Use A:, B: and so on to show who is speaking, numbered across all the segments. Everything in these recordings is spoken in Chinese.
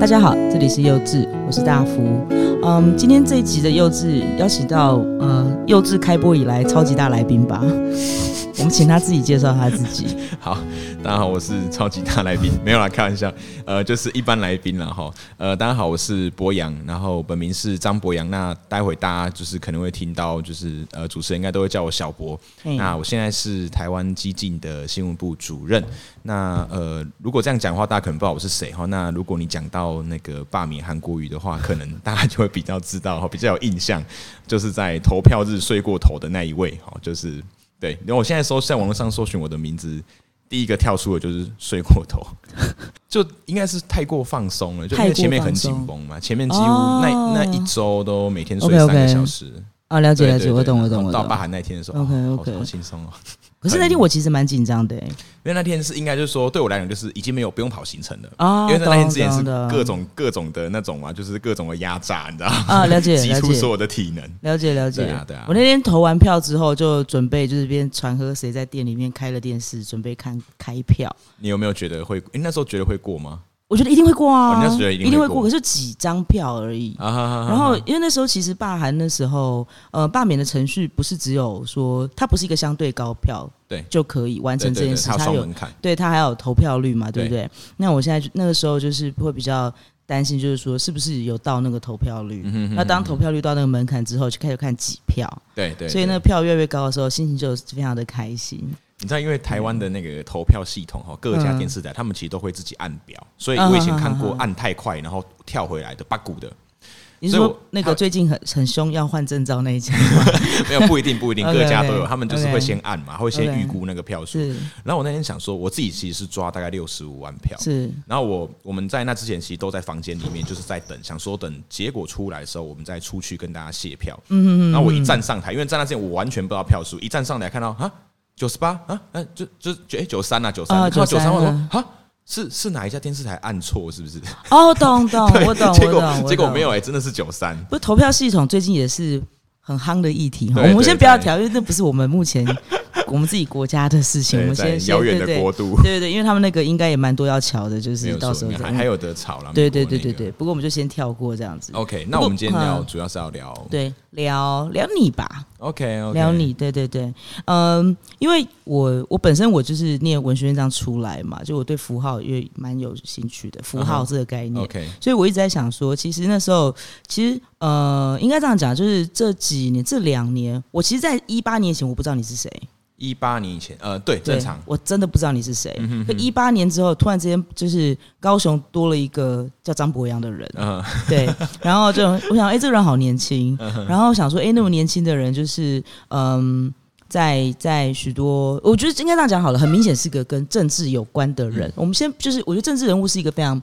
A: 大家好，这里是幼稚，我是大福。嗯，今天这一集的幼稚邀请到呃幼稚开播以来超级大来宾 吧，我们请他自己介绍他自己。
B: 好，大家好，我是超级大来宾， 没有啦，开玩笑，呃，就是一般来宾啦哈。呃，大家好，我是博洋，然后本名是张博洋。那待会大家就是可能会听到，就是呃，主持人应该都会叫我小博。
A: 嗯
B: 那我现在是台湾激进的新闻部主任。那呃，如果这样讲的话，大家可能不知道我是谁哈。那如果你讲到那个罢免韩国瑜的话，可能大家就会比较知道哈，比较有印象，就是在投票日睡过头的那一位哈，就是对。然后我现在搜在网络上搜寻我的名字，第一个跳出的就是睡过头， 就应该是太过放松了，就因
A: 太
B: 为
A: 过
B: 前面很
A: 放松
B: 紧绷嘛，前面几乎
A: 哦
B: 那、那一周都每天睡
A: OK，OK
B: 三个小时。
A: 啊，了解
B: 对
A: 了
B: 对
A: 解，
B: 对，
A: 我懂我懂我
B: 到
A: 懂
B: 巴。海那天的时候
A: OK，OK
B: 啊好好轻松哦。
A: 可是那天我其实蛮紧张的、欸，
B: 因为那天是应该就是说，对我来讲就是已经没有不用跑行程了
A: 啊
B: 因为在那天之前
A: 懂
B: 是
A: 懂
B: 各种各种的那种嘛，就是各种的压榨，你知道吗
A: 啊了解
B: 挤
A: 了
B: 出
A: 解
B: 所有的体能。
A: 了解了解。
B: 对啊对啊
A: 我那天投完票之后，就准备就是边传和谁在店里面开了电视，准备看开票。
B: 你有没有觉得会？你那时候觉得会过吗？
A: 我觉得一定会过啊，
B: 哦你那时候觉得一定会过
A: 会过，可是就几张票而已。
B: 啊哈哈哈，
A: 然后，因为那时候其实罢韩那时候，呃，罢免的程序不是只有说它不是一个相对高票
B: 对
A: 就可以完
B: 对
A: 成这
B: 对
A: 件
B: 对，
A: 事，
B: 它有
A: 它
B: 双
A: 有
B: 门槛，
A: 对它还有投票率嘛，对不
B: 对
A: 对？那我现在就那个时候就是会比较担心，就是说是不是有到那个投票率？
B: 嗯哼哼
A: 那当投票率到那个门槛之后，就开始看几票，
B: 对对，
A: 所以那
B: 对
A: 个票越来越高的时候，心情就非常的开心。
B: 你知道，因为台湾的那个投票系统哈，各家电视台他们其实都会自己按表，所以我以前看过
A: 啊哈哈哈
B: 按太快然后跳回来的八股的，
A: 你是
B: 所以
A: 说
B: 我
A: 那个
B: 他
A: 最近很很凶要换证照那一家
B: 没有不一定不一 定，
A: OK，OK，
B: 各家都有，他们就是会
A: OK
B: 先按嘛，会先
A: OK
B: 预估那个票数。
A: 是
B: 然后我那天想说，我自己其实是抓大概六十五万票，
A: 是
B: 然后我我们在那之前其实都在房间里面，就是在等，想说等结果出来的时候，我们再出去跟大家谢票。嗯嗯嗯。然后我一站上台，因为站那之前我完全不知道票数，一站上台看到啊九十八啊，那就就就哎九三啊九三，
A: 啊
B: 看到九
A: 93
B: 三我说
A: 啊
B: 啊。是是哪一家电视台按错是不是？
A: 哦，懂懂，我懂
B: 结
A: 我
B: 果
A: 懂，
B: 结果
A: 懂
B: 没有哎、真的是九三。
A: 不，投票系统最近也是很夯的议题哈。
B: 对
A: 我们
B: 对
A: 先不要
B: 对
A: 调，因为那不是我们目 前我们自己国家的事情。我
B: 对，
A: 们
B: 在
A: 先先
B: 遥远
A: 对
B: 的
A: 对
B: 国度，
A: 对对，因为他们那个应该也蛮多要瞧的，就
B: 没
A: 是
B: 有
A: 到时
B: 错
A: 候，
B: 还
A: 再
B: 还有得吵了。
A: 对
B: 美
A: 对
B: 国
A: 对
B: 那
A: 对
B: 个哦
A: 对。。不过我们就先跳过这样子。
B: OK，那我们今天聊
A: 嗯
B: 主要是要聊
A: 对，聊聊你吧，
B: OK OK
A: 聊你，对对对，嗯，因为我我本身我就是念文学院这样出来嘛，就我对符号也蛮有兴趣的，符
B: 嗯
A: 号
B: 哼
A: 这个概念，
B: OK
A: 所以我一直在想说，其实那时候，其实呃，应该这样讲，就是这几年、这两年，我其实，在一八年前我不知道你是谁，
B: 一八年以前，呃，对，
A: 对
B: 正常，嗯
A: 我真的不知道你是谁。可一八年之后，突然之间，就是高雄多了一个叫张博洋的人，
B: 嗯，
A: 对，然后就我想，哎、这个人好年轻，然后想说，哎、那么年轻的人，就是嗯。在在许多，我觉得应该这样讲好了，很明显是个跟政治有关的
B: 嗯
A: 人。我们先就是，我觉得政治人物是一个非常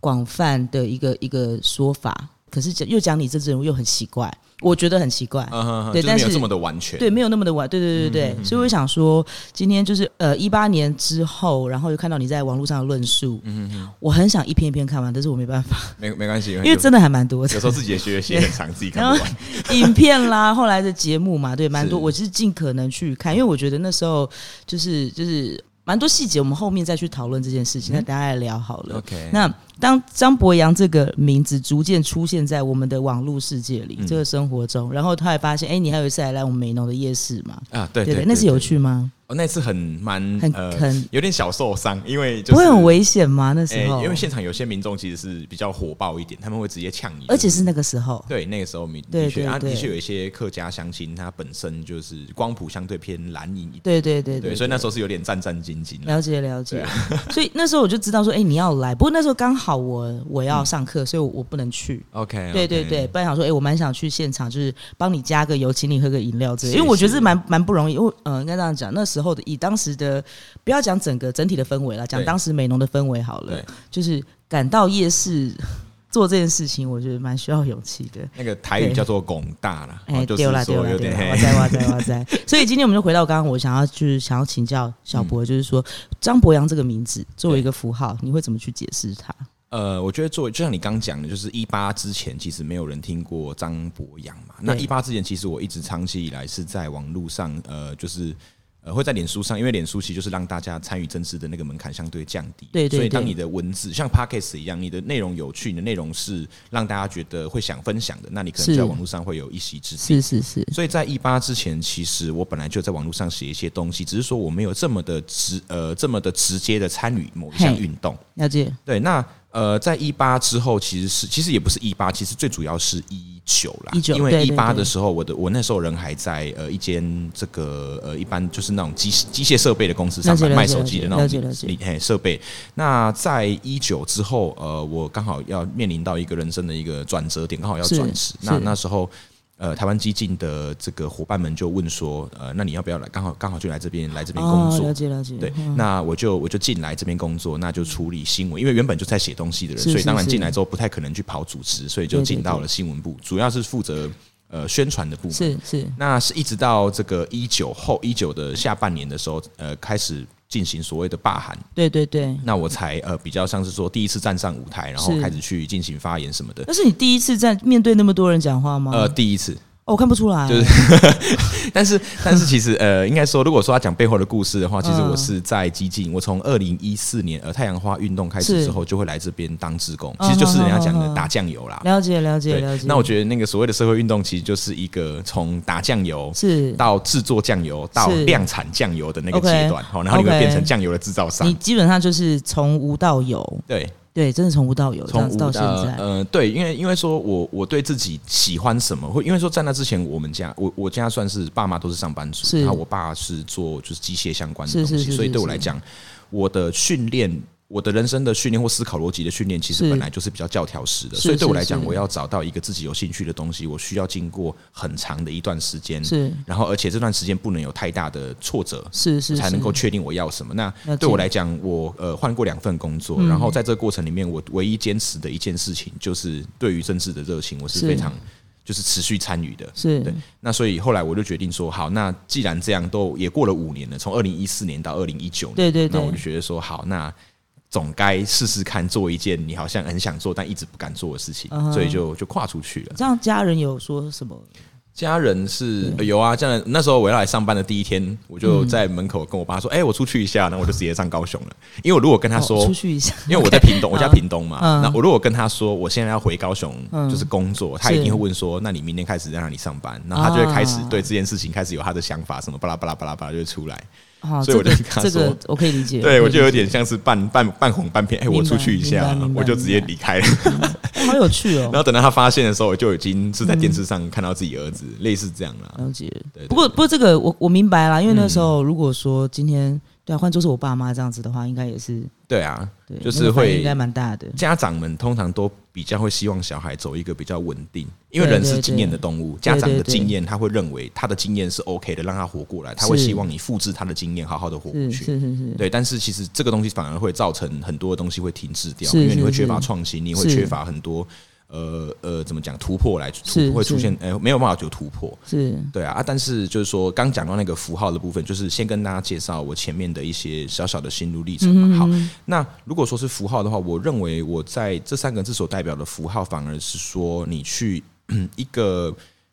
A: 广泛的一个一个说法，可是讲又讲你政治人物又很奇怪，我觉得很奇怪。
B: 嗯，
A: 对
B: 就是
A: 但
B: 没有
A: 是
B: 这么的完全，
A: 对，没有那么的晚，对对对对
B: 嗯
A: 对，所以我想说，今天就是呃一八年之后，然后又看到你在网络上的论述，我很想一篇一篇看完，但是我没办法，
B: 没嗯没关系，因
A: 因为
B: 有
A: 真的还蛮多的
B: 有时，候自己的学业写很长，自己看不 完，
A: 影片啦，后来的节目嘛，对，蛮多，
B: 是
A: 我是尽可能去看，因为我觉得那时候就是就是蛮多细节，我们后面再去讨论这件事情，那大家来聊好了。
B: 嗯 OK
A: 那当张博洋这个名字逐渐出现在我们的网络世界
B: 嗯
A: 里，这个生活中，然后他还发现，哎、你还有一次还来我们美浓的夜市嘛？
B: 啊，对
A: 对
B: 对
A: 不，对，那次有趣吗？
B: 哦，那次很蛮
A: 很
B: 呃，
A: 很
B: 有点小受伤，因为就
A: 不会
B: 是
A: 很危险哦吗？那
B: 哎
A: 时候，
B: 因为现场有些民众其实是比较火爆一点，他们会直接呛你，
A: 而且
B: 就是
A: 那个时候，
B: 对那个时候民
A: 对
B: 的确
A: 对
B: 啊，的
A: 对
B: 确有一些客家乡亲，他本身就是光谱相对偏蓝银一点，
A: 对对对
B: 对，所以那时候是有点战战兢兢的，
A: 了解了解
B: 对，
A: 所以那时候我就知道说，哎、你要来。不过那时候刚好我我要上课，所以我我不能去。
B: 嗯 OK，
A: 对对对，，本来想说，哎、我蛮想去现场，就是帮你加个油，请你喝个饮料之类的，因为
B: 是
A: 我觉得
B: 是
A: 这蛮蛮不容易。因为呃，应该这样讲，那时候的以当时的，不要讲整个整体的氛围了，讲
B: 对
A: 当时美浓的氛围好了
B: 对，，
A: 就是赶到夜市做这件事情，我觉得蛮需要勇气的。
B: 那个台语
A: 对
B: 叫做“拱大”啦，
A: 哎，
B: 哦就
A: 丢啦
B: 是
A: 丢
B: 说
A: 啦
B: 有
A: 丢
B: 点
A: 啦！
B: 嘿
A: 哇，塞哇塞哇塞！ 所以今天我们就回到刚刚我想要就是想要请教小
B: 嗯
A: 博，就是说张博洋这个名字作为一个符号，你会怎么去解释它？
B: 呃，我觉得作为就像你刚讲的，就是一八之前其实没有人听过张博洋嘛。那
A: 对
B: 一八之前，其实我一直长期以来是在网络上，呃，就是呃会在脸书上，因为脸书其实就是让大家参与政治的那个门槛相对降低。
A: 对对
B: 所以当
A: 对
B: 你的文字像 podcast 一样，你的内容有趣，你的内容是让大家觉得会想分享的，那你可能
A: 是
B: 在网络上会有一席之地。
A: 是是是，
B: 所以在一八之前，其实我本来就在网络上写一些东西，只是说我没有这么的直呃这么的直接的参与某一项
A: 嘿
B: 运动。
A: 了解，
B: 对，那呃，在一八之后，其实是其实也不是一八，其实最主要是一九啦。
A: 19
B: 因为
A: 对
B: 一
A: 对
B: 八
A: 对
B: 的时候，我的我那时候人还在呃一间这个呃一般就是那种机机械设备的公司上
A: 了
B: 班，
A: 解
B: 卖
A: 了解
B: 手机的
A: 了
B: 那
A: 解
B: 种
A: 了解
B: 理嘿设备。那在一九之后，呃，我刚好要面临到一个人生的一个转折点，刚好要
A: 是
B: 转职。
A: 是
B: 那那时候。呃，台湾激进的这个伙伴们就问说，呃，那你要不要来？刚好刚好就来这边来这边工
A: 哦，
B: 作，
A: 了解了解，
B: 对
A: 嗯，
B: 那我就我就进来这边工作，那就处理新闻，因为原本就在写东西的人，
A: 是
B: 所以
A: 是
B: 当然
A: 是
B: 进来之后不太可能去跑组织，所以
A: 对
B: 就
A: 对
B: 进到
A: 对
B: 了新闻部，主要是负责呃宣传的部 门。
A: 是是
B: 那是一直到这个一九后一九的下半年的时候，呃，开始进行所谓的罢韩，
A: 对对对。
B: 那我才呃比较像是说第一次站上舞台，然后
A: 是
B: 开始去进行发言什么的。
A: 那是你第一次在面对那么多人讲话吗？
B: 呃，第一次，
A: 哦，我看不出来，
B: 就是 但是但是其实呃，应该说，如果说他讲背后的故事的话，其实
A: 嗯
B: 我是在激进，我从二零一四年呃太阳花运动开始
A: 是
B: 之后，就会来这边当志工，
A: 嗯
B: 其实就是人家讲
A: 嗯嗯嗯
B: 的打酱油啦。
A: 了解了解
B: 对
A: 了解。
B: 那我觉得那个所谓的社会运动，其实就是一个从打酱油。
A: 是
B: 到制作酱油到
A: 是
B: 量产酱油的那个
A: OK，
B: 阶段，好，然后你会
A: OK
B: 变成酱油的制造商
A: 你。基本上就是从无到有，
B: 对，
A: 对，真的从无到有，这
B: 从
A: 样子
B: 无
A: 到现
B: 呃
A: 在，
B: 呃，对，因为因为说我我对自己喜欢什么，会因为说在那之前，我们家我我家算是爸妈都是上班族，
A: 是
B: 然后我爸是做就是机械相关的
A: 是
B: 东
A: 是
B: 西，
A: 是
B: 所以
A: 是
B: 对我
A: 是
B: 来讲，我的训练。我的人生的训练或思考逻辑的训练，其
A: 是
B: 实本来就是比较教条式的，
A: 是
B: 所以对我
A: 是
B: 来讲，
A: 是
B: 我要找到一个自己有兴趣的东西，我需要经过很长的一段时间，
A: 是
B: 然后而且这段时间不能有太大的挫折，
A: 是是
B: 才
A: 是
B: 能够确定我要什么。
A: 了
B: 那
A: 解嗯
B: 对我来讲，我呃换过两份工作，然后在这个过程里面，我唯一坚持的一件事情就是对于政治的热情，我
A: 是
B: 是非常就是持续参与的。对
A: 是，
B: 那所以后来我就决定说，好，那既然这样都也过了五年了，从二零一四年到二零一九年，
A: 对对对
B: 那我就觉得说，好，那总该试试看做一件你好像很想做但一直不敢做的事情，
A: 嗯哼
B: 所以就就跨出去了。
A: 这样家人有说什么？
B: 家人是、
A: 嗯
B: 呃有啊，家人那时候我要来上班的第一天，我就在门口跟我爸说：“哎、我出去一下。”然后我就直接上高雄了，因为我如果跟他说，
A: 哦出去一 下，
B: 因为我在屏东，我家屏东嘛，
A: 嗯
B: 那我如果跟他说我现在要回高雄，
A: 嗯
B: 就是工作，他一定会问说：“那你明天开始在哪里上班？”然后他就会开始
A: 啊
B: 对这件事情开始有他的想法，什么巴拉巴拉巴拉巴拉就会出来。
A: 好，
B: 所以我
A: 哦这个
B: 就跟他
A: 这个
B: 说
A: 我可以理解，
B: 对我
A: 可以
B: 就有
A: 理解
B: 点像是半半半哄半骗，哎、
A: 明
B: 我
A: 白
B: 出去一下
A: 明白明，白
B: 我就直接离开了。
A: 哎好有趣
B: 然后
A: 哦，
B: 等到他发现的时候，我就已经是
A: 嗯
B: 在电视上看到自己儿子，类似这样啦。
A: 了解
B: 对。嗯
A: 不过不过这个我我明白啦，因为那时候如果说今天对啊换做是我爸妈这样子的话，应该也是
B: 对啊，
A: 对，
B: 就是
A: 那个反应
B: 会
A: 应该蛮大的，
B: 家长们通常都比较会希望小孩走一个比较稳定，因为
A: 对
B: 人
A: 对
B: 是
A: 对
B: 经验的动物，家长的经验他会认为他的经验是 OK 的，让他活过来，他会希望你复制他的经验，好好的活过
A: 是
B: 去。
A: 是是是，
B: 对，但是其实这个东西反而会造成很多的东西会停滞掉，
A: 是
B: 因为你
A: 是
B: 会缺
A: 是
B: 乏创新，你会
A: 是
B: 缺乏很多呃呃怎么讲突破来
A: 是
B: 突会出
A: 是
B: 现呃没有办法有突破。
A: 是
B: 对啊，啊，但是就是说，刚讲到那个符号的部分，就是先跟大家介绍我前面的一些小小的心路历
A: 嗯
B: 程嘛。好，那如果说是符号的话，我认为我在这三个字所代表的符号，反而是说你去一个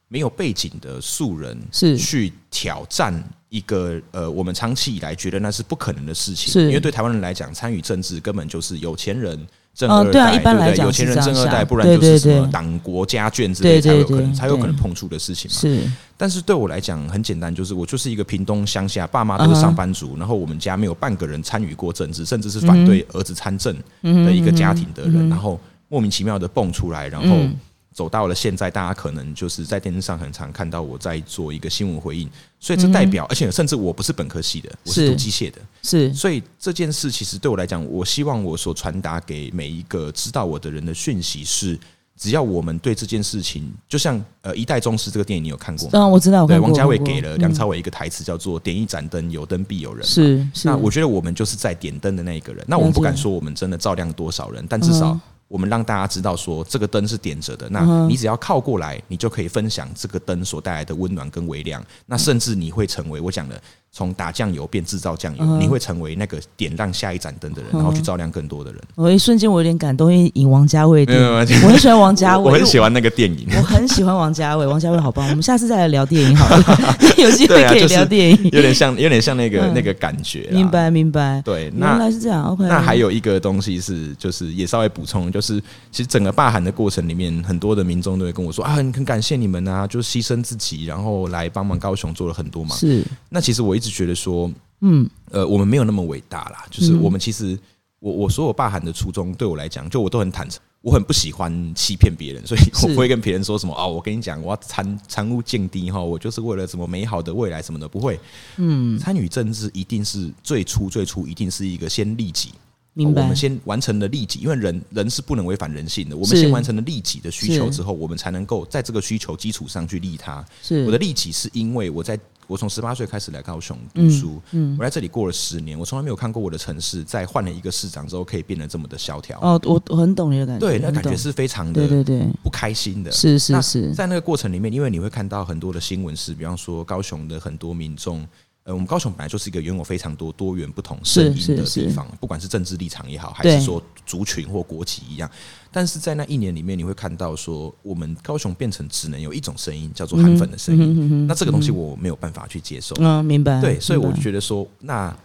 B: 没有背景的素人，
A: 是
B: 去挑战一个呃，我们长期以来觉得那是不可能的事情，
A: 是
B: 因为对台湾人来讲，参与政治根本就是有钱人。正
A: 哦
B: 二代，
A: 对啊一般
B: 不
A: 来
B: 对
A: 讲
B: 有钱人
A: 是这样
B: 正二代，
A: 想
B: 不然就是什
A: 对对
B: 么
A: 对
B: 党国家眷之
A: 对
B: 类才
A: 对
B: 有可能
A: 对
B: 才有可能
A: 对
B: 碰触的事情嘛。
A: 是
B: 但是对我来讲很简单，就是我就是一个屏东乡下，爸妈都是上班族，然后我们家没有半个人参与过政治，甚至是反对儿子参政
A: 嗯
B: 的一个家庭的人，然后莫名其妙的蹦出来，然后
A: 嗯
B: 走到了现在，大家可能就是在电视上很常看到我在做一个新闻回应，所以这代表，而且甚至我不是本科系的，我是
A: 是
B: 读机械的，
A: 嗯是
B: 所以这件事其实对我来讲，我希望我所传达给每一个知道我的人的讯息是。只要我们对这件事情，就像呃《一代宗师》这个电影，你有看过吗？
A: 嗯，我知道，我
B: 对，
A: 看过
B: 王家卫
A: 看过
B: 给了梁朝伟一个台词，叫做“点一盏灯，有灯必有
A: 嗯
B: 人”。
A: 是是，
B: 那我觉得我们就是在点灯的那一个人。那我们不敢说我们真的照亮多少人，但至
A: 嗯
B: 少我们让大家知道说这个灯是点着的。那你只要靠过来，你就可以分享这个灯所带来的温暖跟微亮。那甚至你会成为我讲的从打酱油变制造酱油，
A: 嗯
B: 你会成为那个点亮下一盏灯的人，
A: 嗯
B: 然后去照亮更多的人。
A: 我一瞬间我有点感动，因为引王家卫的电影，
B: 没有没有
A: 我很喜欢王家卫，
B: 我很喜
A: 欢。
B: 欢那个电影，
A: 我很喜欢王家卫，王家卫好棒，我们下次再来聊电影好 了， 有机会
B: 对啊
A: 可以
B: 就是
A: 聊电影。
B: 有点像有点像那个
A: 嗯
B: 那个感觉。
A: 明。白明白，
B: 对，
A: 原
B: 那
A: 来是这样。OK，
B: 那还有一个东西是，就是也稍微补充，就是其实整个罢韩的过程里面，很多的民众都会跟我说啊，很很感谢你们啊，就是牺牲自己，然后来帮忙高雄做了很多忙。
A: 是
B: 那其实我一直觉得说，
A: 嗯
B: 呃，我们没有那么伟大啦，就是
A: 嗯
B: 我们其实，我我所有罢韩的初衷，对我来讲，就我都很坦诚。我很不喜欢欺骗别人，所以
A: 是
B: 我不会跟别人说什么哦，我跟你讲，我要参参悟见低哈，我就是为了什么美好的未来什么的，不会。
A: 嗯，
B: 参与政治一定是最初最初一定是一个先利己，
A: 明
B: 哦我
A: 白
B: 们。先完成了利己，因为人人是不能违反人性的。我们
A: 是
B: 先完成了利己的需求
A: 是
B: 之后，我们才能够在这个需求基础上去利他。
A: 是
B: 我的利己是因为我在我从十八岁开始来高雄读
A: 嗯
B: 书，
A: 嗯
B: 我在这里过了十年，我从来没有看过我的城市在换了一个市长之后可以变得这么的萧条。
A: 哦，我我很懂你的感觉，
B: 对，那
A: 很
B: 感觉
A: 懂
B: 是非常
A: 对对
B: 的
A: 对，
B: 不开心的。
A: 是是
B: 那
A: 是，
B: 在那个过程里面，因为你会看到很多的新闻是，比方说高雄的很多民众，呃，我们高雄本来就是一个拥有非常多多元不同声音
A: 是
B: 的
A: 是
B: 地方，不管是政治立场也好，还
A: 对
B: 是说族群或国籍一样。但是在那一年里面，你会看到说，我们高雄变成只能有一种声音，叫做
A: 嗯
B: 韩粉的声音。
A: 音
B: 那这个东西我没有办法去接受，
A: 嗯，明白。
B: 对，所以我
A: 明白
B: 就觉得说，那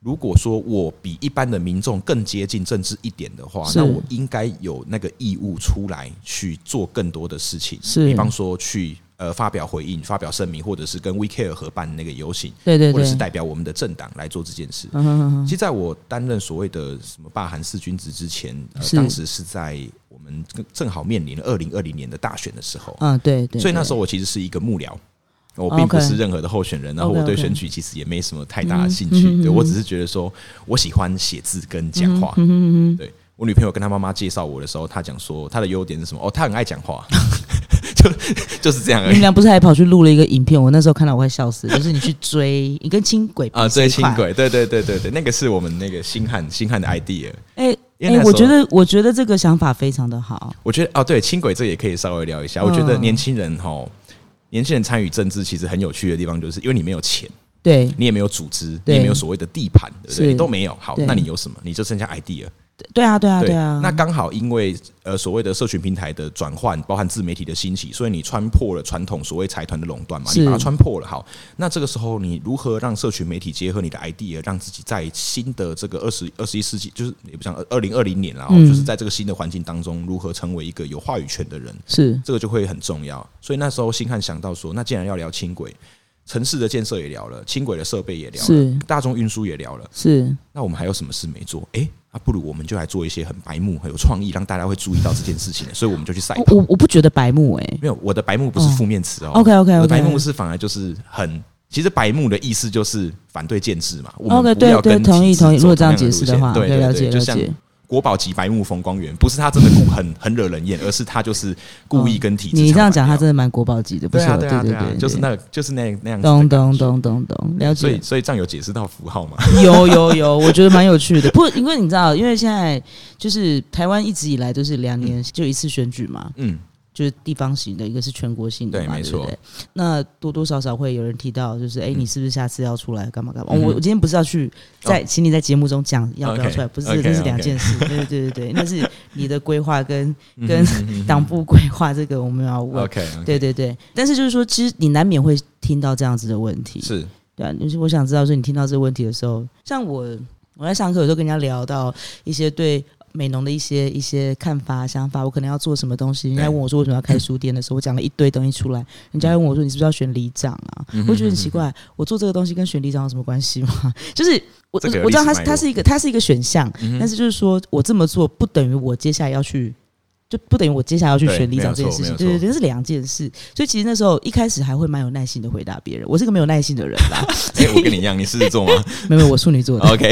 B: 如果说我比一般的民众更接近政治一点的话，
A: 是
B: 那我应该有那个义务出来去做更多的事情，
A: 是
B: 比方说去呃发表回应、发表声明，或者是跟 WeCare 合办那个游行，
A: 对对
B: 或者是
A: 对，
B: 代表我们的政党来做这件事。
A: 嗯哼哼哼
B: 其实，在我担任所谓的什么罢韩四军职之前，呃，
A: 是
B: 当时是在我们正好面临二零二零年的大选的时候，
A: 嗯，对对，
B: 所以那
A: 对哦
B: 时候我其实是一个幕僚，我并不
A: OK
B: 是任何的候选人，然后
A: OK，
B: 我对
A: OK
B: 选举其实也没什么太大的兴
A: 嗯嗯嗯
B: 趣，
A: 嗯
B: 对我只是觉得说我喜欢写字跟讲话。
A: 嗯嗯嗯
B: 对我女朋友跟她妈妈介绍我的时候，她讲说她的优点是什么？哦，她很爱讲 话，就就是这样
A: 嗯，你
B: 而
A: 们
B: 已。
A: 俩不是还跑去录了一个影片？我那时候看到我快笑死，就是你去追，你跟轻轨
B: 啊，
A: 比谁
B: 追轻
A: 快。
B: 轨，对对对对对，那个是我们那个星汉星汉的 idea。
A: 哎
B: 因为那
A: 哎，
B: 时候
A: 我觉得我觉得这个想法非常的好，
B: 我觉得哦，对轻轨这也可以稍微聊一下。我觉得
A: 嗯
B: 年轻人哈，年轻人参与政治其实很有趣的地方，就是因为你没有钱，
A: 对
B: 你也没有组织，你
A: 对
B: 也没有所谓的地盘，对不对？
A: 是
B: 你都没有。好，
A: 对
B: 那你有什么？你就剩下 idea。
A: 对啊对啊对啊，
B: 那刚好因为呃所谓的社群平台的转换，包含自媒体的兴起，所以你穿破了传统所谓财团的垄断嘛，
A: 是
B: 你把它穿破了。好，那这个时候你如何让社群媒体结合你的 idea，让自己在新的这个二十二十一世纪，就是也不讲二零二零年啦，哦
A: 嗯
B: 就是在这个新的环境当中，如何成为一个有话语权的人？
A: 是
B: 这个就会很重要。所以那时候星汉想到说，那既然要聊轻轨，城市的建设也聊了，轻轨的设备也聊
A: 是
B: 了，大众运输也聊了，
A: 是
B: 那我们还有什么事没做？诶，那、不如我们就来做一些很白目、很有创意，让大家会注意到这件事情的。所以我们就去赛
A: 我
B: 跑。
A: 我我不觉得白目哎
B: 没有，我的白目不是负面词哦。
A: ，OK OK
B: 我的
A: OK，
B: 白目是反而就是很。其实白目的意思就是反对建制嘛，我
A: OK
B: 们不
A: 对
B: 要
A: 对
B: 跟
A: 同意
B: 体制
A: 同意，如
B: 走
A: 果这样
B: 同
A: 解
B: 的
A: 释
B: 路
A: 的
B: 线
A: 话，
B: 对
A: 对
B: 对
A: 了
B: 对
A: 解
B: 就
A: 了
B: 像
A: 解，
B: 国宝级白目风光园，不是他真的故很很惹人厌，而是他就是故意跟体
A: 哦
B: 制、
A: 你这样讲他真的蛮国宝级的，不
B: 对
A: 是
B: 啊
A: 我
B: 对
A: 对
B: 啊对
A: 对
B: 啊，
A: 对，
B: 就是
A: 对
B: 那就是那那样子的
A: 懂
B: 感
A: 懂
B: 觉。
A: 懂懂懂，了
B: 所
A: 解
B: 以。所以这样有解释到符号吗？
A: 有有有，我觉得蛮有趣的。不过因为你知道，因为现在就是台湾一直以来都是两年就一次选举嘛，
B: 嗯，
A: 就是地方型的，一个是全国性的
B: 对
A: 嘛，
B: 没
A: 对
B: 错
A: 不对？那多多少少会有人提到，就是哎、诶你是不是下次要出来干嘛干嘛？哦
B: 嗯哼
A: 我我今天不是要去在，请你在节目中讲要不要
B: OK，
A: 出来，不是
B: OK，
A: 这是两
B: OK
A: 件事。对对对对，那是你的规划跟 跟
B: 嗯嗯嗯嗯
A: 党部规划这个我们要问。
B: OK，
A: 啊对对对，但是就是说，其实你难免会听到这样子的问题。
B: 是
A: 对啊，就是我想知道说你听到这个问题的时候，像我我在上课有时候跟人家聊到一些对美农的一些一些看法、想法，我可能要做什么东西，人家问我说为什么要开书店的时候，我讲了一堆东西出来，人家还问我说你是不是要选里长啊？
B: 嗯嗯哼
A: 我觉得很奇怪，我做这个东西跟选里长有什么关系吗？ 就是我
B: 这个有
A: 我知道
B: 历史
A: 它
B: 脉络嗯
A: 它是一个它是一个选项，但是就是说我这么做不等于我接下来要去。就不等于我接下来要去
B: 对
A: 选里长
B: 没有
A: 这件
B: 错
A: 事情，
B: 没有
A: 对对
B: 错
A: 对，这是两件事。所以其实那时候一开始还会蛮有耐心的回答别人，我是个没有耐心的人啦，
B: 哎，我跟你一样，你狮子 座吗
A: 没有，没有我处女座的，
B: ？OK，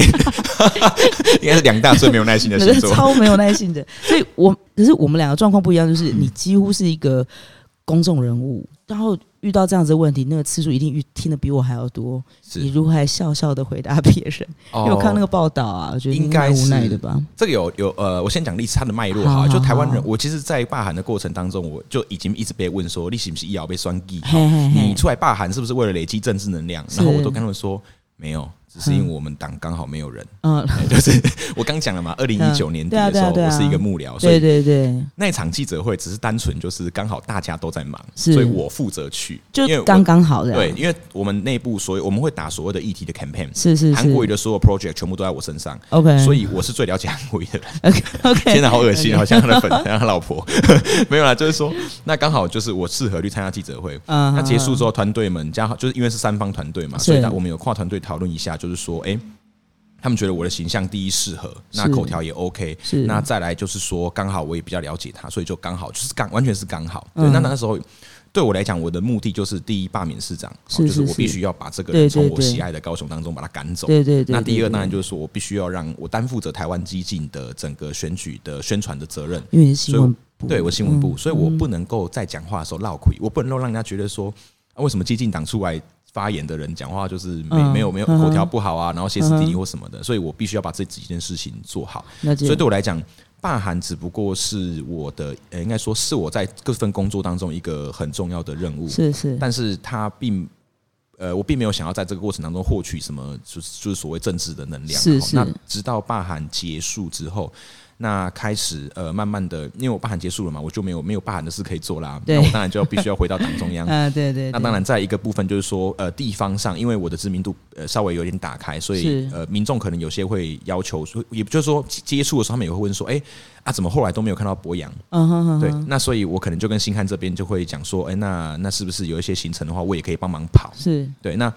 B: 应该是两大最没有耐心哦的星
A: 是
B: 座。
A: 超没有耐心的。所以我，可是我们两个状况不一样，就是你几乎是一个公众人物，然后遇到这样子的问题，那个次数一定遇听的比我还要多。
B: 是
A: 你如何还笑笑的回答别人？因为我看那个报道啊，我觉得你
B: 应该
A: 蛮无
B: 是
A: 奈的吧？
B: 哦这个有有呃，我先讲历史它的脉络
A: 好
B: 哈，就
A: 好
B: 台湾人
A: 好，
B: 我其实，在罢韩的过程当中，我就已经一直被问说，你是不是医疗被酸计？
A: 嘿嘿
B: 你
A: 嘿，
B: 出来罢韩是不是为了累积政治能量？
A: 是
B: 然后我都跟他们说，没有，只是因为我们党刚好没有人。
A: 嗯，
B: 哎就是我刚讲了嘛，二零一九年底的
A: 对
B: 时候，
A: 啊对啊对啊
B: 我是一个幕 僚，所
A: 对
B: 以
A: 对对，
B: 那一场记者会只是单纯就是刚好大家都在忙，
A: 是
B: 所以我负责去，因为
A: 就
B: 我
A: 刚刚好的，
B: 对，，因为我们内部所有我们会打所谓的议题的 campaign，
A: 是是
B: 韩
A: 是
B: 国语的所有 project 全部都在我身上，
A: ，OK，
B: 所以我是最了解韩国语的人。
A: OK OK，
B: 天哪，好恶心，好像他的粉，像他老婆， 没有啦，就是说，那刚好就是我适合去参加记者会。
A: 嗯
B: 那结束之后，团队们加好，就是因为是三方团队嘛，所以
A: 是
B: 大我们有跨团队讨论一下，就是说，哎、他们觉得我的形象第一适合，那
A: 是
B: 口条也 OK，
A: 是
B: 那再来就是说，刚好我也比较了解他，所以就刚好就是刚完全是刚好。对，
A: 嗯
B: 那那时候。对我来讲，我的目的就是第一罢免市长，哦
A: 是
B: 就是
A: 是
B: 我必须要把这个人
A: 对
B: 从
A: 对
B: 我
A: 对
B: 喜爱的高雄当中把他赶走。
A: 对对对，
B: 那第
A: 对
B: 二
A: 对
B: 当然就是说我必须要让我担负着台湾激进的整个选举的宣传的责任，
A: 因为你是新
B: 所以
A: 闻
B: 我
A: 部，
B: 对我新闻部，
A: 嗯
B: 所以我不能够在讲话的时候绕亏，我不能够让人家觉得说、啊、为什么激进党出来发言的人讲话就是没、
A: 嗯
B: 没有没有
A: 嗯哼嗯
B: 口条不好啊，然后歇斯底里或什么的，所以我必须要把这几件事情做好。
A: 了解，
B: 所以对我来讲，罢韩只不过是我的，呃，应该说是我在各份工作当中一个很重要的任务。
A: 是是，
B: 但是他并呃，我并没有想要在这个过程当中获取什么，就是就是所谓政治的能量。
A: 是
B: 好
A: 是
B: 那直到罢韩结束之后。那开始呃，慢慢的，因为我罢韩结束了嘛，我就没有没有罢韩的事可以做啦。
A: 对
B: 那我当然就要必须要回到党 中央。
A: 啊，对对，
B: 那
A: 对
B: 当然，在一个部分就是说，呃，地方上，因为我的知名度呃稍微有点打开，所以
A: 是
B: 呃，民众可能有些会要求，说也就是说接触的时候，他们也会问说，哎、啊，怎么后来都没有看到博洋？
A: 嗯哼哼，
B: 对
A: 哼，
B: 那所以我可能就跟新汉这边就会讲说，哎、那那是不是有一些行程的话，我也可以帮忙跑？
A: 是
B: 对，那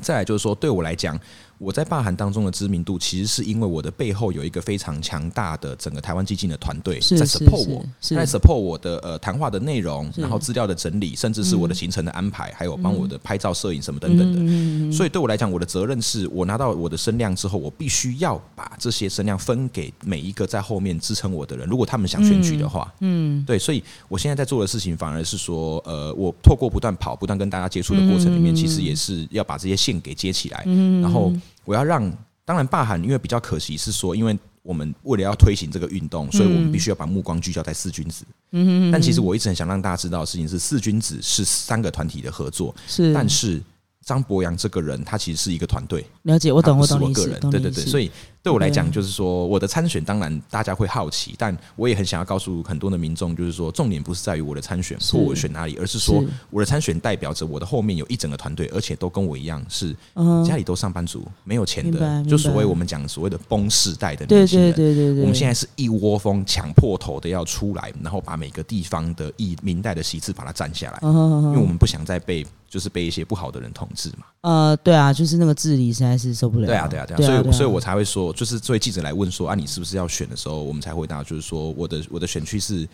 B: 再来就是说，对我来讲，我在霸韩当中的知名度，其实是因为我的背后有一个非常强大的整个台湾基金的团队
A: 是
B: 在
A: 是
B: support
A: 是
B: 我，
A: 是
B: 在 support 我的呃谈话的内容，
A: 是嗯
B: 然后资料的整理，甚至是我的行程的安排，还有帮我的拍照、摄影什么等等的。
A: 嗯嗯嗯嗯
B: 所以对我来讲，我的责任是我拿到我的声量之后，我必须要把这些声量分给每一个在后面支撑我的人。如果他们想选举的话，嗯，对，所以我现在在做的事情反而是说，呃，我透过不断跑、不断跟大家接触的过程里面，其实也是要把这些线给接起来，然后我要让。当然，霸韩因为比较可惜是说，因为我们为了要推行这个运动，所以我们必须要把目光聚焦在四君子。嗯但其实我一直很想让大家知道的事情是，四君子是三个团体的合作，
A: 是，
B: 但是张博洋这个人，他其实是一个团队，
A: 了解，我
B: 我
A: 懂，
B: 我
A: 懂
B: 我
A: 你意
B: 个
A: 思
B: 人，，
A: 懂
B: 对
A: 你
B: 对
A: 意
B: 对，
A: 思
B: 所以对我来
A: 对啊
B: 讲，就是说我的参选，当然大家会好奇，但我也很想要告诉很多的民众，就是说重点不是在于我的参选
A: 是
B: 或我选哪里，而是说
A: 是
B: 我的参选代表着我的后面有一整个团队，而且都跟我一样是
A: 嗯
B: 家里都上班族，没有钱
A: 明白
B: 的，就所
A: 明
B: 谓
A: 白
B: 我们讲所谓的“崩世代”的
A: 对
B: 年轻
A: 对
B: 人。
A: 对对对，
B: 我们现在是一窝蜂抢破头的要出来，然后把每个地方的一明代的席次把它占下来。
A: 嗯哼哼
B: 因
A: 哼
B: 为我们不想再被就是被一些不好的人统治嘛。
A: 呃，对啊，就是那个治理实在是受不了。
B: 对啊，对啊，对啊。所以，所以我才会说，就是作为记者来问说啊，你是不是要选的时候，我们才回答，就是说我的我的选区是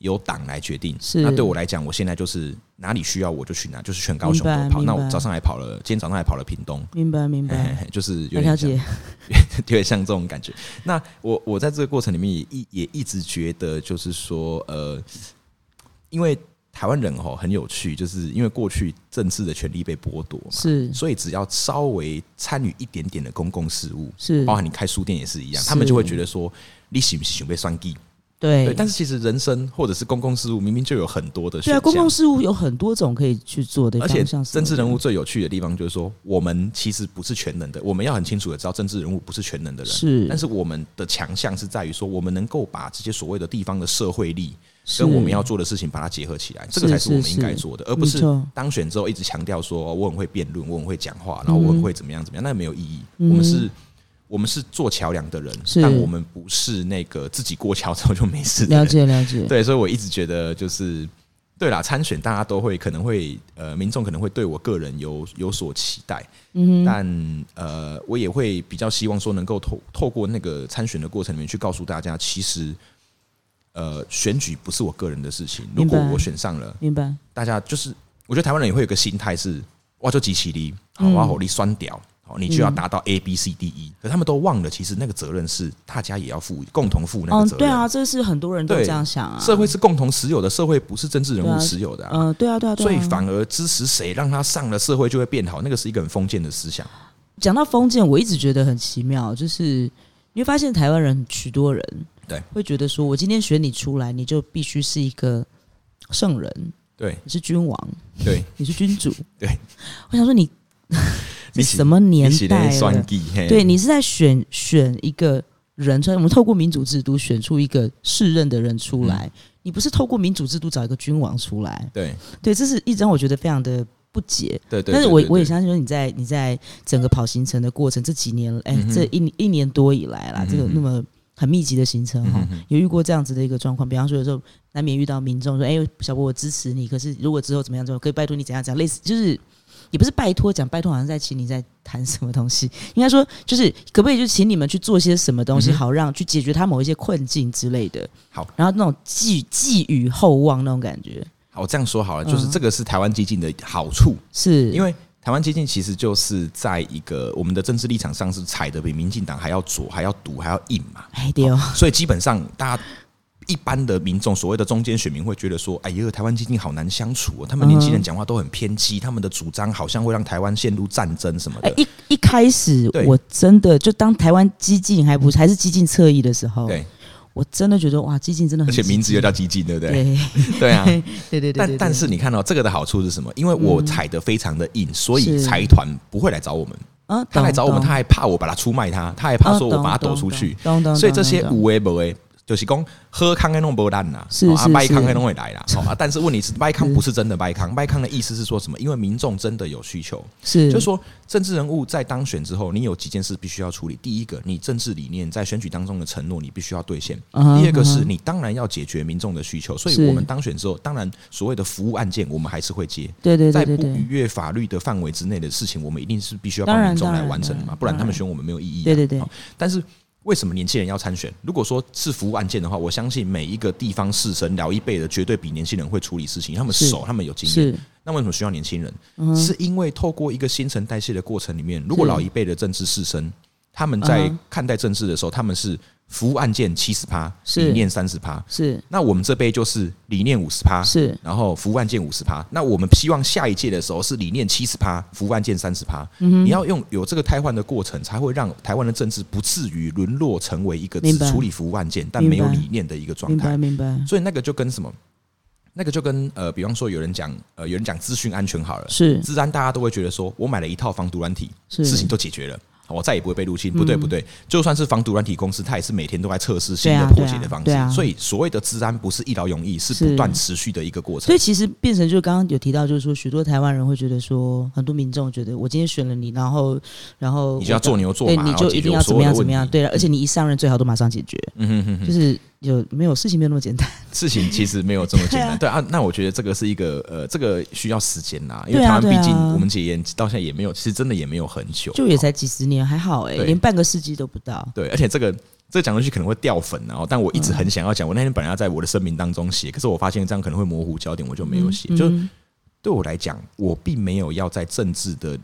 B: 由党来决定。
A: 是
B: 那对我来讲，我现在就是哪里需要我就去哪，就是全高
A: 明
B: 雄
A: 白
B: 都跑。
A: 明白
B: 那我早上还跑了，今天早上还跑了屏东。
A: 啊明白明
B: 嘿嘿
A: 白，
B: 嘿就是
A: 我
B: 有点
A: 了
B: 像
A: 解，
B: 有点像这种感觉。那我我在这个过程里面也一也一直觉得，就是说，呃，因为台湾人哦很有趣，就是因为过去政治的权利被剥夺嘛，
A: 是
B: 所以只要稍微参与一点点的公共事务，
A: 是
B: 包，含你开书店也是一样，
A: 是
B: 他们就会觉得说。你喜不喜欢被算计？
A: 对
B: 对，，但是其实人生或者是公共事务，明明就有很多的选
A: 对啊，
B: 项。
A: 公共事务有很多种可以去做的方
B: 而且
A: 向什么的，
B: 政治人物最有趣的地方就是说，我们其实不是全能的，我们要很清楚的知道政治人物不是全能的人。
A: 是，
B: 但是我们的强项是在于说，我们能够把这些所谓的地方的社会力
A: 是
B: 跟我们要做的事情把它结合起来，这个
A: 是
B: 才是我们
A: 是
B: 应该做的，而不
A: 没
B: 是
A: 错
B: 当选之后一直强调说哦我很会辩论，我很会讲话，然后
A: 嗯
B: 我很会怎么样怎么样，那没有意义。我们是。我们是做桥梁的人，
A: 是
B: 但我们不是那个自己过桥之后就没事的
A: 了
B: 人。
A: 解了解，
B: 对，所以我一直觉得就是对啦，参选大家都会可能会呃，民众可能会对我个人有有所期待，嗯，但呃，我也会比较希望说能够透透过那个参选的过程里面去告诉大家，其实呃，选举不是我个人的事情，如
A: 明白
B: 果我选上了，
A: 明白
B: 大家就是我觉得台湾人也会有个心态是哇，就集齐力，好，
A: 嗯
B: 哇，火力酸屌。好，你就要达到 A B C D E，、可他们都忘了，其实那个责任是大家也要负，共同负那
A: 嗯，
B: 个责任。
A: 对啊，这是很多人都
B: 对
A: 这样想啊，
B: 社会是共同持有的，社会不是政治人
A: 对
B: 物
A: 啊
B: 持有的、啊。
A: 嗯，对啊对啊，对啊
B: 所以反而支持谁，让他上了社会就会变好，那个是一个很封建的思想。
A: 讲到封建，我一直觉得很奇妙，就是你会发现台湾人许多人
B: 对
A: 会觉得说，我今天选你出来，你就必须是一个圣人，
B: 对
A: 你是君王，
B: 对
A: 你是君主。
B: 对，
A: 我想说你是什么年代
B: 算
A: 了？
B: 计嘿，
A: 对你是在选选一个人出来，我们透过民主制度选出一个适任的人出来，你不是透过民主制度找一个君王出来。
B: 对
A: 对，这是一直让我觉得非常的不解。
B: 对对，
A: 但是
B: 对
A: 我
B: 对
A: 我也
B: 对
A: 相信说你在你在整个跑行程的过程这几年，哎、
B: 嗯哼
A: 这一一年多以来啦，
B: 嗯哼
A: 这个那么很密集的行程哈、
B: 嗯哼
A: 有遇过这样子的一个状况，比方说有时候难免遇到民众说，哎、小波我支持你，可是如果之后怎么样之后，可以拜托你怎样怎样，类似就是也不是拜托讲拜托，好像在请你在谈什么东西，应该说就是可不可以就请你们去做些什么东西，
B: 嗯哼
A: 好让去解决他某一些困境之类的。
B: 好，
A: 然后那种寄寄予厚望那种感觉
B: 好，这样说好了，就是
A: 嗯
B: 这个是台湾激进的好处，
A: 是，
B: 因为台湾激进其实就是在一个我们的政治立场上是踩的比民进党还要左、还要毒、还要硬嘛，
A: 哎对哦，
B: 所以基本上大家。一般的民众，所谓的中间选民会觉得说：“哎呦，台湾激进好难相处哦，他们年轻人讲话都很偏激，他们的主张好像会让台湾陷入战争什么
A: 哎、
B: 的。
A: 一一开始
B: 对
A: 我真的就当台湾激进还不还是激进侧翼的时”候，
B: 对，
A: 我真的觉得哇，激进真的
B: 而
A: 很激
B: 且
A: 进，
B: 名字又叫激进，对不对？
A: 对
B: 对啊，
A: 对 对对对
B: 但
A: 对
B: 但是你看到、这个的好处是什么？因为我踩的非常的硬，所以
A: 是
B: 财团不会来找我们。
A: 啊，
B: 他来
A: 懂
B: 找我们，
A: 嗯懂哦
B: 他还怕我把他出卖他，他还怕说我把他抖出去。，
A: 啊懂懂懂懂懂
B: 所以这些
A: 懂
B: 无为不为，就是讲喝康的弄不烂啦，
A: 是
B: 哦啊
A: 是
B: 掰康
A: 是
B: 的弄会来 啦。好啊，但是问题是掰康不是真的掰康，掰康的意思是说什么？因为民众真的有需求，
A: 是
B: 就是说政治人物在当选之后，你有几件事必须要处理。第一个，你政治理念在选举当中的承诺，你必须要兑现。
A: 嗯
B: 第二个是你当然要解决民众的需求，所以
A: 是
B: 我们当选之后，当然所谓的服务案件我们还是会接，
A: 对对
B: 在
A: 对对
B: 不逾
A: 对
B: 越法律的范围之内的事情，我们一定是必须要
A: 当
B: 帮
A: 然
B: 民众
A: 当
B: 来
A: 然
B: 完成
A: 当
B: 嘛，
A: 然
B: 不然他们
A: 当然
B: 选我们没有意义、啊。
A: 对对对
B: 好但是为什么年轻人要参选？如果说是服务案件的话，我相信每一个地方士绅老一辈的绝对比年轻人会处理事情，他们
A: 是
B: 熟，他们有经验。
A: 是
B: 那为什么需要年轻人？
A: 嗯
B: 是因为透过一个新陈代谢的过程里面，如果
A: 是
B: 老一辈的政治士绅，他们在
A: 嗯哼
B: 看待政治的时候，他们是服务案件七十趴，
A: 是
B: 理念三十趴。
A: 是
B: 那我们这辈就是理念五十趴，
A: 是
B: 然后服务案件五十趴。那我们希望下一届的时候是理念七十趴，服务案件三十趴。
A: 嗯
B: 你要用有这个汰换的过程，才会让台湾的政治不至于沦落成为一个只
A: 明白
B: 处理服务案件但没有
A: 明白
B: 理念的一个状
A: 明
B: 态
A: 白。明白
B: 所以那个就跟什么？那个就跟呃，比方说有人讲呃，有人讲资讯安全好了，
A: 是
B: 治安大家都会觉得说我买了一套防毒软体，
A: 是
B: 事情都解决了。我再也不会被入侵，不
A: 嗯
B: 对不对，就算是防毒软体公司，它也是每天都在测试新
A: 对
B: 的
A: 啊
B: 破解的方
A: 对啊对啊
B: 式，所以所谓的治安不是一劳永逸，是
A: 是
B: 不断持续的一个过
A: 所
B: 程
A: 以。其实变成就刚刚有提到，就是说许多台湾人会觉得说，很多民众觉得我今天选了你，然后然后
B: 你就要
A: 我
B: 做牛做
A: 对，
B: 马，
A: 你
B: 然后
A: 就
B: 解
A: 一
B: 决
A: 定
B: 我
A: 要怎
B: 所
A: 么
B: 有
A: 样
B: 的
A: 怎
B: 问
A: 么样，
B: 题。
A: 对了，而且你一上任最好都马上解决，
B: 嗯哼哼哼
A: 就是有没有事情没有那么简单，
B: 事情其实没有这么简单。对
A: 对
B: 啊，那我觉得这个是一个呃，这个需要时间啦，因为
A: 对啊
B: 台湾
A: 对啊
B: 毕竟我们解严到现在也没有，其实真的也没有很久，
A: 就也才几十年，还好哎、
B: 对
A: 连半个世纪都不到。
B: 对，而且这个这个讲出去可能会掉粉啊，但我一
A: 嗯
B: 直很想要讲，我那天本来要在我的声明当中写，可是我发现这样可能会模糊焦点，我就没有写。
A: 嗯
B: 就
A: 嗯
B: 对我来讲，我并没有要在政治的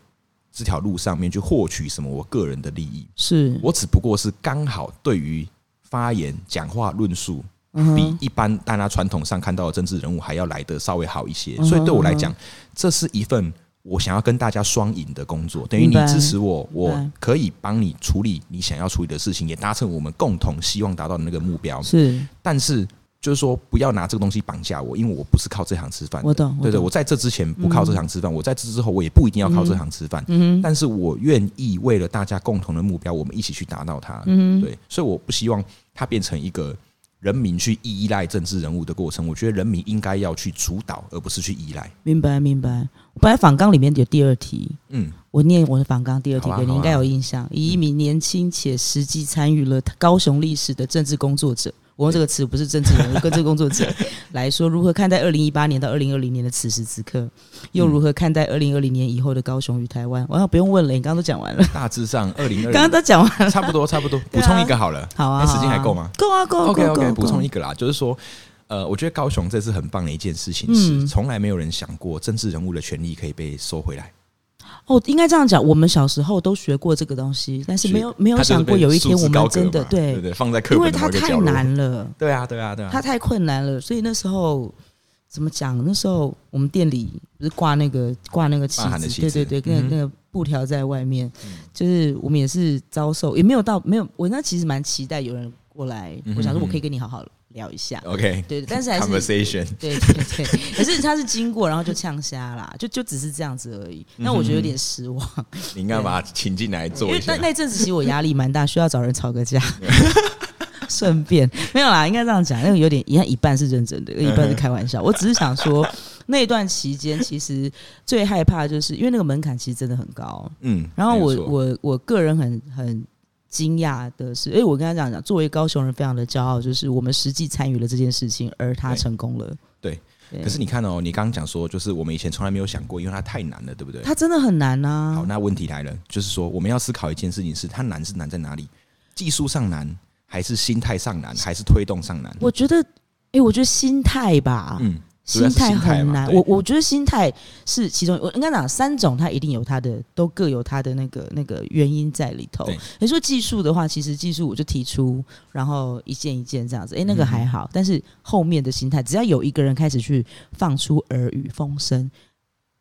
B: 这条路上面去获取什么我个人的利益，
A: 是
B: 我只不过是刚好对于发言、讲话、论述。
A: 嗯哼
B: 比一般大家传统上看到的政治人物还要来的稍微好一些，
A: 嗯哼
B: 所以对我来讲，这是一份我想要跟大家双赢的工作，等于你
A: 明白
B: 支持我，
A: 明白
B: 我可以帮你处理你想要处理的事情，也达成我们共同希望达到的那个目标。
A: 是
B: 但是就是说，不要拿这个东西绑架我，因为我不是靠这行吃饭的。
A: 我懂我
B: 对对，
A: 懂
B: 我在嗯这之前不靠这行吃饭，我在这之后我也不一定要靠这行吃饭。
A: 嗯
B: 但是我愿意为了大家共同的目标，我们一起去达到它。
A: 嗯
B: 对，所以我不希望它变成一个人民去依赖政治人物的过程。我觉得人民应该要去主导，而不是去依赖。
A: 明白明白。我本来访纲里面有第二题，
B: 嗯，
A: 我念我的访纲第二题
B: 好啊
A: 给你，
B: 好啊
A: 应该有印象。以一名年轻且实际参与了高雄历史的政治工作者，我用这个词不是政治人物，跟这个工作 者来说，如何看待二零一八年到二零二零年的此时此刻，又如何看待二零二零年以后的高雄与台湾？我要不用问了，你刚刚都讲完了，
B: 大致上二零二
A: 刚刚都讲完了。
B: 差不多差不多，补
A: 对啊
B: 充一个好了。
A: 好啊，
B: 哎时间还
A: 好啊
B: 够吗？
A: 够啊，够啊
B: OK
A: 够啊够
B: OK，
A: 啊
B: 补充一
A: 够
B: 个啦，就是说，呃，我觉得高雄这次很棒的一件事情是，
A: 嗯
B: 从、来没有人想过政治人物的权利可以被收回来，
A: 啊哦，应该这样讲，我们小时候都学过这个东西，但是没有没有想过有一天我们真的
B: 对对不对，放在课
A: 因为
B: 本的
A: 它
B: 某一个
A: 太
B: 角落。
A: 难了。
B: 对啊，对啊，对啊，
A: 它太困难了，所以那时候怎么讲？那时候我们店里不是挂那个挂那个旗
B: 呐喊的
A: 子，
B: 旗
A: 对
B: 子
A: 对对，跟
B: 嗯哼嗯
A: 那个布条在外面，就是我们也是遭受，也没有到没有。我那其实蛮期待有人过来
B: 嗯哼，哦
A: 我想说我可以跟你好好聊一下。
B: OK，
A: 对，但是还是
B: ，conversation，
A: 对对对， 可是他是经过，然后就呛瞎啦，就就只是这样子而已。
B: 嗯
A: 那我觉得有点失望，
B: 你应该把它请进来
A: 因
B: 做一
A: 为
B: 下
A: 那。那阵子其实我压力蛮大，需要找人吵个架。 顺便没有啦，应该这样讲，那个有点一一半是认真的，一半是开玩笑。我只是想说，那段期间其实最害怕的就是因为那个门槛其实真的很高，
B: 嗯，
A: 然后
B: 没
A: 我
B: 错
A: 我我个人很很惊讶的是，哎、我跟他讲讲，作为高雄人，非常的骄傲，就是我们实际参与了这件事情，而他
B: 对
A: 成功了。
B: 对
A: 对，
B: 可是你看哦，你刚刚讲说，就是我们以前从来没有想过，因为它太难了，对不对？
A: 他真的很难
B: 好，
A: 啊。
B: 那问题来了，就是说我们要思考一件事情是，它难是难在哪里？技术上难，还是心态上难，还是推动上难？
A: 我觉得，哎、我觉得心态吧，
B: 嗯，主要
A: 心
B: 是
A: 态
B: 心态
A: 很
B: 嘛
A: 难。
B: 对
A: 我我觉得心态是其中，我应该讲三种，它一定有它的，都各有它的那个那个原因在里头
B: 对。
A: 你说技术的话，其实技术我就提出，然后一件一件这样子，哎、那个
B: 嗯哼
A: 还好。但是后面的心态，只要有一个人开始去放出耳语风声，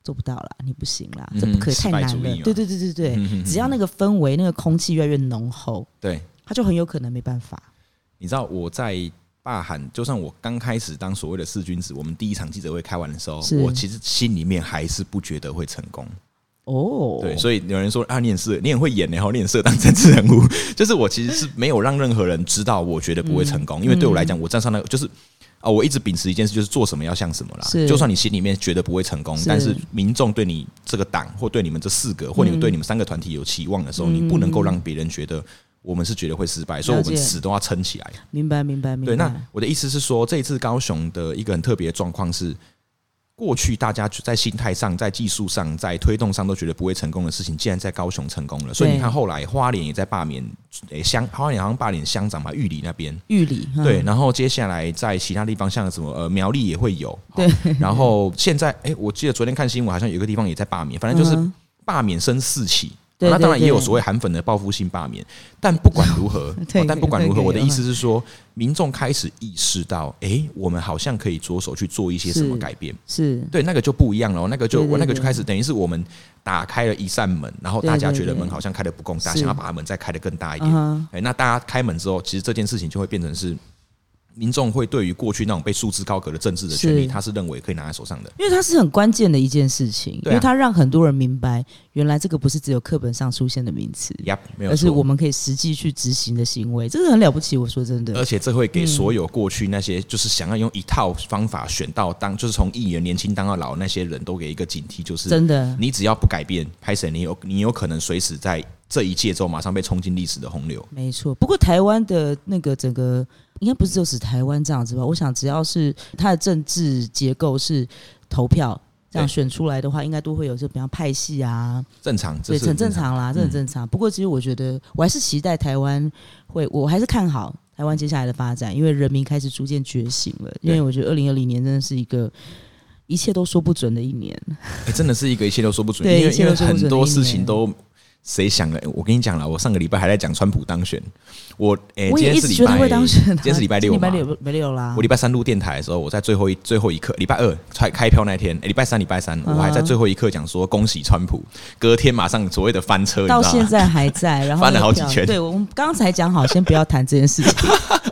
A: 做不到啦，你不行啦，这不可以，
B: 嗯
A: 太难
B: 失败主义
A: 了
B: 嘛。
A: 对对对对对，
B: 嗯哼
A: 只要那个氛围、那个空气越来越浓厚，
B: 对，
A: 他就很有可能没办法。
B: 你知道我在大喊，就算我刚开始当所谓的四君子，我们第一场记者会开完的时候
A: 是，
B: 我其实心里面还是不觉得会成功。
A: 哦，
B: 对，所以有人说啊，你很适合，你很会演，然后你很适合当政治人物。 就是我其实是没有让任何人知道，我觉得不会成
A: 嗯
B: 功，因为对我来讲，我站上那个就是啊，我一直秉持一件事，就是做什么要像什么啦
A: 是。
B: 就算你心里面觉得不会成功
A: 是，
B: 但是民众对你这个党或对你们这四个或你们对你们三个团体有期望的时候，
A: 嗯
B: 你不能够让别人觉得。我们是绝对会失败，所以我
A: 了
B: 们
A: 解
B: 死都要撑起来。
A: 明白明白明白。
B: 对，那我的意思是说，这一次高雄的一个很特别的状况是，过去大家在心态上、在技术上、在推动上都觉得不会成功的事情，竟然在高雄成功了。所以你看，后来花莲也在罢免，诶、乡花莲好像罢免乡长吧，玉里那边。
A: 玉里嗯
B: 对，然后接下来在其他地方，像什么呃苗栗也会有，对。然后现在，诶，我记得昨天看新闻，好像有一个地方也在罢免，反正就是
A: 嗯哼
B: 罢免升四起。哦
A: 对
B: 那当
A: 对
B: 然
A: 对
B: 也有所谓韩粉的报复性罢免，但不管如何，
A: 对
B: 哦但不管如何，
A: 对对
B: 我的意思是说，民众开始意识到，诶，我们好像可以着手去做一些什么
A: 是
B: 改变。
A: 是
B: 对，那个就不一样了哦，那个就
A: 对对
B: 我那个就
A: 对
B: 开始等于是我们打开了一扇门，然后
A: 对
B: 大家
A: 对
B: 觉得
A: 对
B: 门好像开的不够大，
A: 是
B: 想要把它门再开的更大一
A: 嗯
B: 点。
A: 哼
B: 哎、那大家开门之后，其实这件事情就会变成是民众会对于过去那种被束之高阁的政治的权利，
A: 是
B: 他是认为可以拿在手上的。
A: 因为它是很关键的一件事情，因
B: 对啊
A: 为它让很多人明白，原来这个不是只有课本上出现的名词，
B: 呀、没有
A: 而是
B: 错。
A: 我们可以实际去执行的行为，这个很了不起。我说真
B: 而
A: 的，
B: 且这会
A: 嗯
B: 给所有过去那些就是想要用一套方法选到当，就是从议员年轻当到老那些人都给一个警惕，就是嗯
A: 真的
B: 你只要不改变，拍谁你有你有可能随时在这一届中马上被冲进历史的洪流。
A: 没错。不过台湾的那个整个，应该不是就是台湾这样子吧？我想只要是它的政治结构是投票。这样
B: 对
A: 选出来的话，应该都会有这，比方派系啊，
B: 正常，嗯这
A: 对，
B: 是
A: 很正。常啦，这很正常。不过，其实我觉得我还是期待台湾会，我还是看好台湾接下来的发展，因为人民开始逐渐觉醒了。因为我觉得二零二零年真的是一个一切都说不准的一年。
B: 欸真的是一个一切都说不准，
A: 对
B: 因为
A: 一切
B: 因
A: 都
B: 为
A: 说不准
B: 很多事
A: 的一年
B: 情都谁想了？欸我跟你讲了，我上个礼拜还在讲川普当选，我诶、欸
A: 我
B: 今
A: 也
B: 天
A: 一直
B: 是礼
A: 觉得
B: 拜，
A: 会当选、啊，
B: 今天是礼拜六
A: 礼拜
B: 嘛。
A: 六没六啦
B: 我。礼拜三录电台的时候，我在最后一最后一刻，礼拜二开开票那天，欸礼、拜三礼拜三，
A: 嗯
B: 我还在最后一刻讲说恭喜川普，隔天马上所谓的翻车，你知
A: 到
B: 道
A: 现
B: 吗？
A: 在还 在，然后
B: 翻
A: 那
B: 了
A: 个
B: 好几
A: 票
B: 圈
A: 对我们刚才讲好，先不要谈这件事情。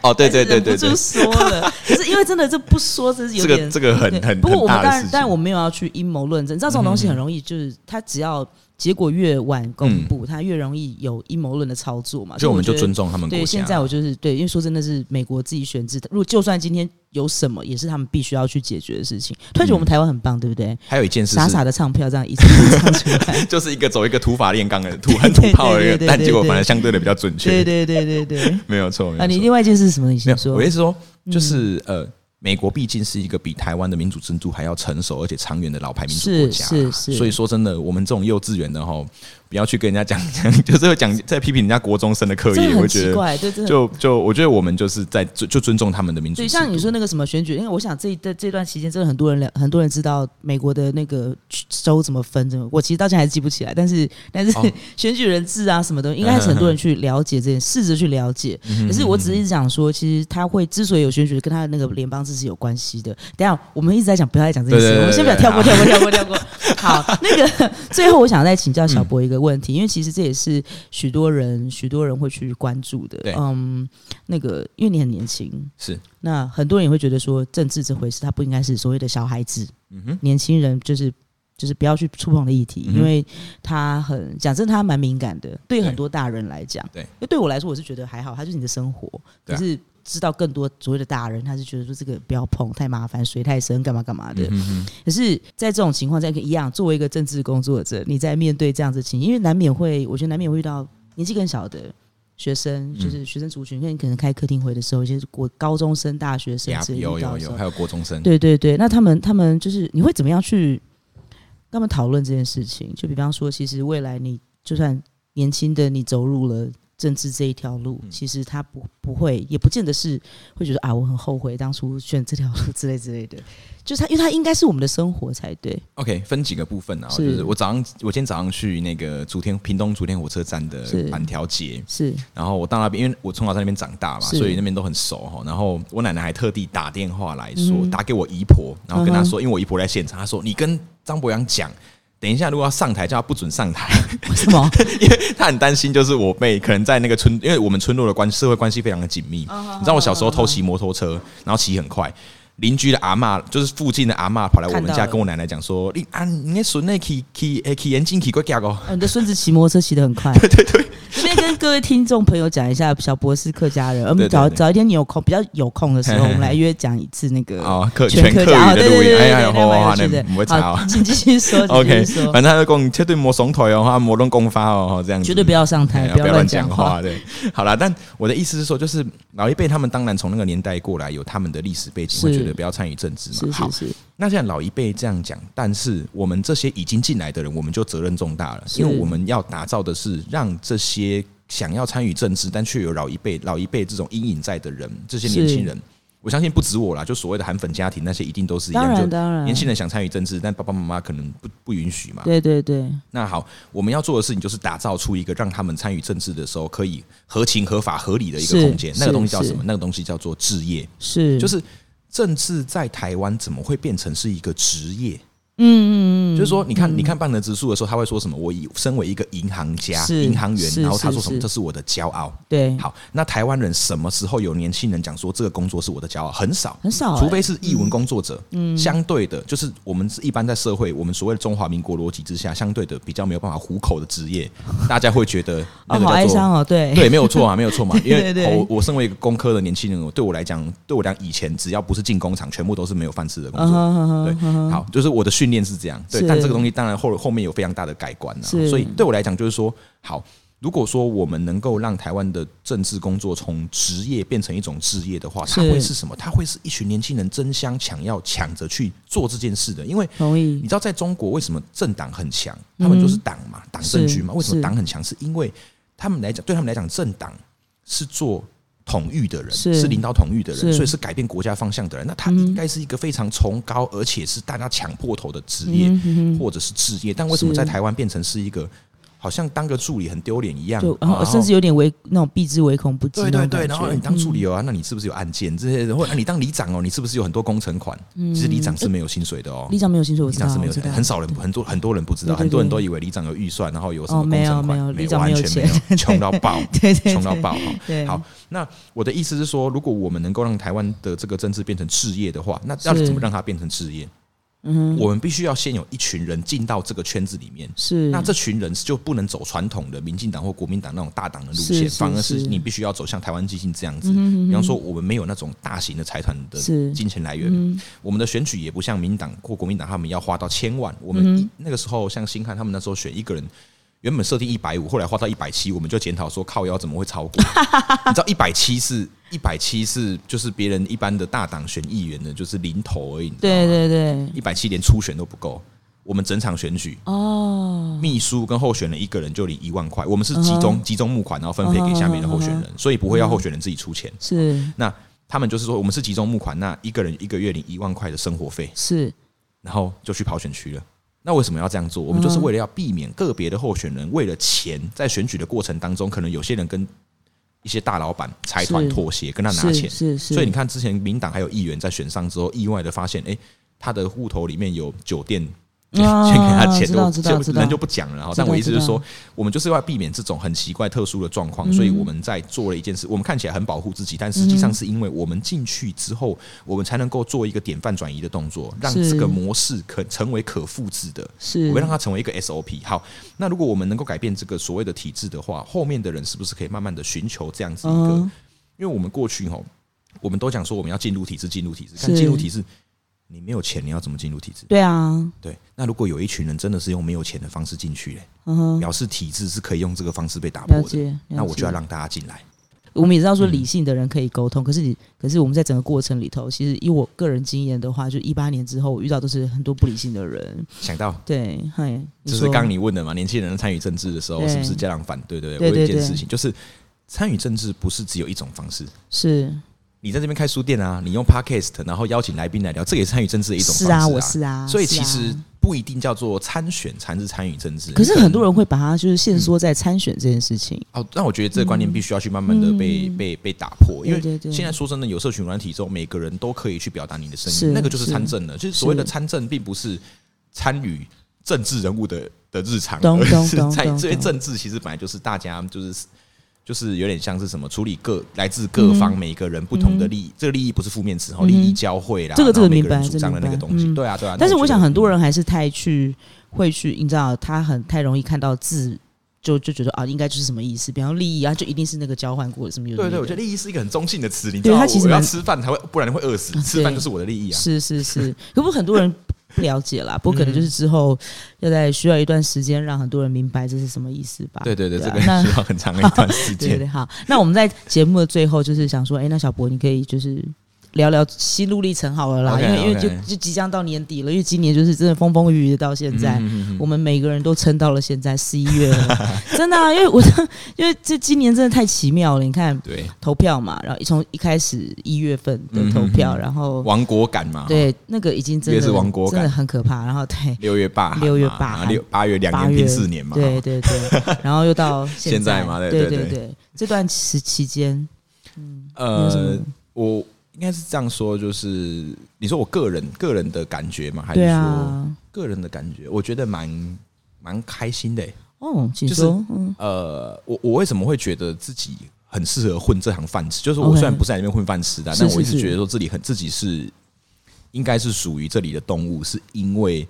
B: 哦，对 对对对
A: 忍不
B: 对
A: 住，说了，可是因为真的这不说，真是有
B: 这个
A: 点
B: 这个很
A: 对
B: 很
A: 不过
B: 很
A: 我们
B: 大
A: 当
B: 的
A: 然
B: 事，
A: 但我
B: 情。嗯
A: 没有要去阴谋论证，你知道这种东西很容易，就是它只要结果越晚公布，它越容易有阴谋论的操作嘛。
B: 嗯就我们就
A: 所以觉得
B: 尊重他们国
A: 对，
B: 家。
A: 现在我就是对，因为说真的是美国自己选制，如果就算今天有什么，也是他们必须要去解决的事情。突然觉得我们台湾很棒，对不对？
B: 还有一件事
A: 傻
B: 是，
A: 傻的唱票这样一直唱出来，
B: 就是一个走一个土法炼 钢的土很土炮的一
A: 对对对
B: 个，
A: 对
B: 但结果
A: 对
B: 反而相对的比较准确。
A: 对对对对对。
B: 没有错。没有
A: 啊，你
B: 错
A: 另外一件事是什嗯么？你
B: 没
A: 先
B: 有，
A: 说
B: 我意。思说，就是、呃，美国毕竟是一个比台湾的民主制度还要成熟而且长远的老牌民主国家啊，
A: 是是是
B: 所以说真的，我们这种幼稚园的哈，不要去跟人家讲讲，就是会讲在批评人家国中生的课
A: 这
B: 业，
A: 很
B: 我觉
A: 奇
B: 得。
A: 怪，对，这很
B: 就就我觉得我们就是在就就尊重他们的民主
A: 对，
B: 制
A: 像你
B: 度，
A: 说那个什么选举，因为我想这一这这段期间，真的很多人了很多人知道美国的那个州怎么分，怎么我其实到现在还记不起来，但是但是、
B: 哦 嗯
A: 选举人制啊什么的，应该是很多人去了 解这件，试着去了解。可是我只是想说，其实他会之所以有选举，跟他的那个联邦制制是有关系的。等一下我们一直在讲，不要再讲这件事，
B: 对对对
A: 我们先不要
B: 对
A: 跳过，
B: 对
A: 跳过，跳过，跳过。好，那个最后我想再请教
B: 嗯
A: 小博一个问题，因为其实这也是许多人许多人会去关注的
B: 对。
A: 嗯，那个因为你很年轻，
B: 是，
A: 那很多人也会觉得说政治这回事，它不应该是所谓的小孩子。
B: 嗯哼，
A: 年轻人就是就是不要去触碰的议题，
B: 嗯哼
A: 因为他很讲真的，他蛮敏感的，对
B: 对
A: 很多大人来讲，
B: 对
A: 因为对我来说，我是觉得还好，他就是你的生活，可
B: 对啊
A: 是知道更多所谓的大人，他是觉得说这个不要碰，太麻烦，水太深，干嘛干嘛的。
B: 嗯哼
A: 可是，在这种情况下，一样作为一个政治工作者，你在面对这样子的情，因为难免会，我觉得难免会遇到年纪更小的。学生
B: 嗯
A: 就是学生族群，因为你可能开客厅会的时候，一些国高中生、大学生
B: 呀
A: 之类
B: 有
A: 遇到
B: 有
A: 的时候
B: 有，还有国中生，
A: 对对对，那他们他们就是你会怎么样去跟他们讨论这件事情？就比方说，其实未来你就算年轻的你走入了政治这一条路，
B: 嗯
A: 其实他不不会，也不见得是会觉得啊，我很后悔当初选这条路之类之类的。就是他，因为他应该是我们的生活才对。
B: OK，分几个部分啊，
A: 是
B: 就是我早上，我今天早上去那个竹田屏东竹田火车站的
A: 是
B: 板条街，
A: 是
B: 然后我到那边，因为我从小在那边长大嘛，
A: 是
B: 所以那边都很熟哈。然后我奶奶还特地打电话来说，
A: 嗯
B: 打给我姨婆，然后跟她
A: 嗯哼
B: 说，因为我姨婆在现场，她说你跟张博洋讲。等一下，如果要上台，叫她不准上台，
A: 为什 么？
B: 她很担心，就是我被可能在那个村，因为我们村落的关社会关系非常的紧密。你知道我小时候偷骑摩托车，然后骑很快，邻居的阿嬷，就是附近的阿嬷跑来我们
A: 看到
B: 家
A: 了
B: 跟我奶奶讲说：“你啊，你那孙那骑骑诶骑眼镜骑过架哦。
A: 哦、你的孙子骑摩托车骑得很快。对对对，这边跟各位听众朋友讲一下，小博士客家人。我
B: 对
A: 们
B: 对
A: 早
B: 对
A: 早一天你有空，比较有空的时
B: 嘿
A: 候，
B: 嘿
A: 我们来约讲一次那个
B: 哦 客
A: 全
B: 全客
A: 家
B: 语的
A: 对
B: 录
A: 对
B: 音
A: 对
B: 哎
A: 对
B: 呀
A: 对，
B: 好啊
A: 蛮有趣
B: 那
A: 的。
B: 不会查哦
A: 好请继续 说，请继
B: OK，
A: 续说
B: 反正他就讲绝对莫怂腿哦，哈，莫弄公发哦，这样子
A: 绝对不要上台，
B: 哎呀
A: 要乱
B: 乱
A: 讲
B: 讲。。对，好啦，但我的意思是说，就是老一辈他们当然从那个年代过来，有他们的历史背景，
A: 是
B: 会觉得不要参与政治
A: 是
B: 嘛。好
A: 是，是，
B: 那现在老一辈这样讲，但是我们这些已经进来的人，我们就责任重大了，因为我们要打造的是让这些想要参与政治但却有老一辈老一辈这种阴影在的人，这些年轻人。我相信不止我啦，就所谓的韩粉家庭那些一定都是一
A: 当
B: 样，就
A: 然当然，
B: 年轻人想参与政治，但爸爸妈妈可能不不允许嘛。
A: 对对对，
B: 那好，我们要做的事情就是打造出一个让他们参与政治的时候可以合情、合法、合理的一个
A: 是
B: 空间。那个
A: 是
B: 东西叫什么
A: 是？
B: 那个东西叫做置业，
A: 是
B: 就是政治在台湾怎么会变成是一个职业？
A: 嗯嗯嗯，
B: 就是说，你看，
A: 嗯
B: 你看半泽直树的时候，他会说什么？我以身为一个银行家、
A: 是
B: 银行员，
A: 是
B: 然后他说
A: 是
B: 什么？
A: 是
B: 这是我的骄傲。
A: 对，
B: 好，那台湾人什么时候有年轻人讲说这个工作是我的骄傲？很少，
A: 很少欸，嗯
B: 除非是译文工作者，相对的，就是我们是一般在社会，我们所谓的中华民国逻辑之下，相对的比较没有办法糊口的职业，大家会觉得那
A: 哦，
B: 个
A: 好
B: 叫
A: 哀
B: 做、
A: 伤哦，对
B: 对，没有错嘛，没有错嘛，因为
A: 对
B: 哦
A: 对
B: 我我身为一个工科的年轻人，我对我来讲，对我来讲，以前只要不是进工厂，全部都是没有饭吃的工
A: 嗯
B: 作。
A: 哼哼哼
B: 对
A: 哼
B: 好，就是我的训练是这样，对
A: 是，
B: 但这个东西当然后后面有非常大的改观、啊，
A: 是
B: 所以对我来讲就是说，好，如果说我们能够让台湾的政治工作从职业变成一种置业的话，它
A: 是
B: 会是什么？它会是一群年轻人争相想要抢着去做这件事的，因为。
A: 同
B: 你
A: 意，
B: 知道在中国为什么政党很强？他们就是党嘛，党政军嘛。
A: 是
B: 为什么
A: 是
B: 党很强？是因为他们来讲，对他们来讲，政党是做统御的人，
A: 是
B: 是领导统御的人，
A: 是嗯
B: 所以是改变国家方向的人。那他应该是一个非常崇高，而且是大家抢破头的职业，
A: 嗯哼哼
B: 或者是置业。但为什么
A: 是
B: 在台湾变成是一个好像当个助理很丢脸一样？
A: 就然后
B: 然后
A: 甚至有点唯那种避之唯恐不及
B: 对
A: 那
B: 对
A: 种
B: 对，
A: 感
B: 然后
A: 觉嗯
B: 你当助理哦啊，那你是不是有案件这些？或者啊你当里长哦，你是不是有很多工程款？
A: 嗯
B: 其实里长是没有薪水的哦。
A: 里长没有薪水，我
B: 里
A: 知道
B: 长是没
A: 我
B: 有
A: 知道，
B: 很少人很多很多人不知道，
A: 对对
B: 很多人
A: 对
B: 都以为里长有预算，然后有什么
A: 哦
B: 工
A: 没有
B: 程款，
A: 没有里长
B: 完
A: 没有
B: 全没 有，穷到爆，
A: 对对
B: 穷到
A: 对
B: 爆哈。
A: 对，
B: 好，那我的意思是说，如果我们能够让台湾的这个政治变成置业的话，那要
A: 是
B: 怎么让它变成置业？
A: 嗯哼，
B: 我们必须要先有一群人进到这个圈子里面。
A: 是
B: 那这群人就不能走传统的民进党或国民党那种大党的路
A: 是是
B: 线，反而是
A: 是
B: 你必须要走向台湾基进这样子。
A: 嗯哼哼
B: 比方
A: 哼
B: 说，我们没有那种大型的财团的
A: 是
B: 金钱来源，
A: 嗯
B: 我们的选举也不像民党或国民党，他们要花到千万。我
A: 嗯
B: 们
A: 哼
B: 一那个时候，像新汉他们那时候选一个人，原本设定一百五，后来花到一百七，我们就检讨说靠腰怎么 会超过？你知道一百七是一百七是就是别人一般的大党选议员的，就是零头而已。
A: 对对对，
B: 一百七连初选都不够，我们整场选举
A: 哦，
B: 秘书跟候选人一个人就领一万块，我们是集中、集中募款，然后分配给下面的候选人，所以不会要候选人自己出钱。
A: 是
B: 那他们就是说，我们是集中募款，那一个人一个月领一万块的生活费，
A: 是，
B: 然后就去跑选区了。那为什么要这样做？我们就是为了要避免个别的候选人为了钱，在选举的过程当中，可能有些人跟一些大老板财团
A: 是
B: 妥协，跟他拿
A: 是
B: 钱。
A: 是是，
B: 所以你看，之 前民党还有议员在选上之后，意外的发现，哎、他的户头里面有酒店。 先
A: 啊
B: 给他钱
A: 知道
B: 都
A: 知道
B: 就
A: 知道
B: 人就不讲了哈，
A: 知道
B: 但我意思是
A: 知道
B: 说，我们就是要避免这种很奇怪特殊的状况，
A: 嗯
B: 所以我们在做了一件事，我们看起来很保护自己，但实际上是因为我们进去之后，我们才能够做一个典范转移的动作，让
A: 是
B: 这个模式可成为可复制的。
A: 是
B: 我会让它成为一个 SOP。好，那如果我们能够改变这个所谓的体制的话，后面的人是不是可以慢慢的寻求这样子一个？
A: 嗯
B: 因为我们过去吼，我们都讲说我们要进入体制，进入体制，
A: 是
B: 但进入体制，你没有钱，你要怎么进入体制？
A: 对啊，
B: 对，那如果有一群人真的是用没有钱的方式进去嘞，
A: 嗯哼，
B: 表示体制是可以用这个方式被打破
A: 了
B: 的，
A: 解。了
B: 那我就要
A: 解
B: 让嗯大家进来。
A: 我们也知道说理性的人可以沟通，可是你，可是我们在整个过程里头，其实以我个人经验的话，就一八年之后，我遇到都是很多不理性的人。
B: 想到
A: 对，嗨，你
B: 就是
A: 说
B: 刚刚你问的嘛，年轻人参与政治的时候
A: 对
B: 是不是家长反对？对不
A: 对
B: 对？我有一
A: 对
B: 件
A: 对
B: 事情就是。参与政治不是只有一种方式，
A: 是
B: 你在这边开书店啊，你用 podcast，然后邀请来宾来聊，这也是参与政治的一种方
A: 是
B: 式
A: 啊，我是啊，
B: 所以
A: 是
B: 其
A: 啊
B: 实不一定叫做参选才是参与政治。
A: 可是很多
B: 人
A: 人会把它就是限
B: 嗯
A: 缩在参选这件事情。
B: 哦，那我觉得这个观念必须要去慢慢的被、
A: 嗯
B: 被被打破，因为
A: 对对对
B: 现在说真的，有社群软体之后，每个人都可以去表达你的声
A: 是
B: 音，那个就是
A: 是
B: 参政了。就是所谓的
A: 是
B: 参政，并不是参与政治人物的的日常，
A: 懂
B: 而
A: 懂
B: 是
A: 懂
B: 在
A: 懂
B: 这些
A: 懂
B: 政治其实本来就是大家就是。就是有点像是什么处理各来自各方
A: 嗯
B: 每个人不同的利益，这个利益不是负面词哦，利益交汇啦，
A: 这个
B: 然后
A: 这个
B: 每人
A: 明白
B: 主张的那个
A: 这个明白
B: 东西，
A: 嗯
B: 对啊对啊。
A: 但是
B: 那
A: 我
B: 觉
A: 想
B: 得
A: 很多人还是太去会去，你知道，他很太容易看到字，就就觉得啊，应该就是什么意思，比方利益啊，就一定是那个交换过的什么有的
B: 对
A: 没
B: 对，
A: 的
B: 我觉得利益是一个很中性的词，你知
A: 对
B: 道，
A: 它其实
B: 我要
A: 蛮
B: 吃饭才会，不然会饿死。吃饭就是我的利益啊。
A: 是是是，可不很多人不了解啦，不过可能
B: 嗯
A: 就是之后要在需要一段时间让很多人明白这是什么意思吧。
B: 对对对，这
A: 啊
B: 个
A: 那
B: 需要很长的一段 时
A: 对对
B: 间。
A: 对，好。那我们在节目的最后，就是想说，哎、那小博，你可以就是聊聊心路历程好了啦
B: OK，
A: 因为因为就
B: OK
A: 就即将到年底了，因为今年就是真的风风雨雨到现在。
B: 嗯嗯嗯
A: 我们每个人都撑到了现在十一月了，真的、啊，因为我的，因为这今年真的太奇妙了。你看
B: 对，
A: 投票嘛，然后从一开始一月份的投票，
B: 嗯
A: 然后
B: 亡国感嘛，哈，
A: 对，那个已经真
B: 哦也
A: 的
B: 是亡国感
A: 真的很可怕。然后对
B: 六月八，
A: 六月罢
B: 八，然
A: 韩
B: 后六八月两
A: 八
B: 年
A: 月
B: 拼四年嘛，
A: 对
B: 哈
A: 对对，然后又到
B: 现在
A: 在
B: 嘛对
A: 对
B: 对
A: 对
B: 对
A: 对，这段时期间，有什
B: 呃
A: 么，
B: 我应该是这样说，就是你说我个人个人的感觉嘛，还是
A: 对
B: 说
A: 啊，
B: 个人的感觉？我觉得蛮蛮开心的欸。
A: 哦，请
B: 就是
A: 说，嗯，
B: 呃，我我为什么会觉得自己很适合混这行饭吃？就是我
A: OK
B: 虽然不是在里面混饭吃的啊
A: 是
B: 但
A: 是
B: 我一直
A: 是
B: 觉得说自己很自己是应该是属于这里的动物，是因为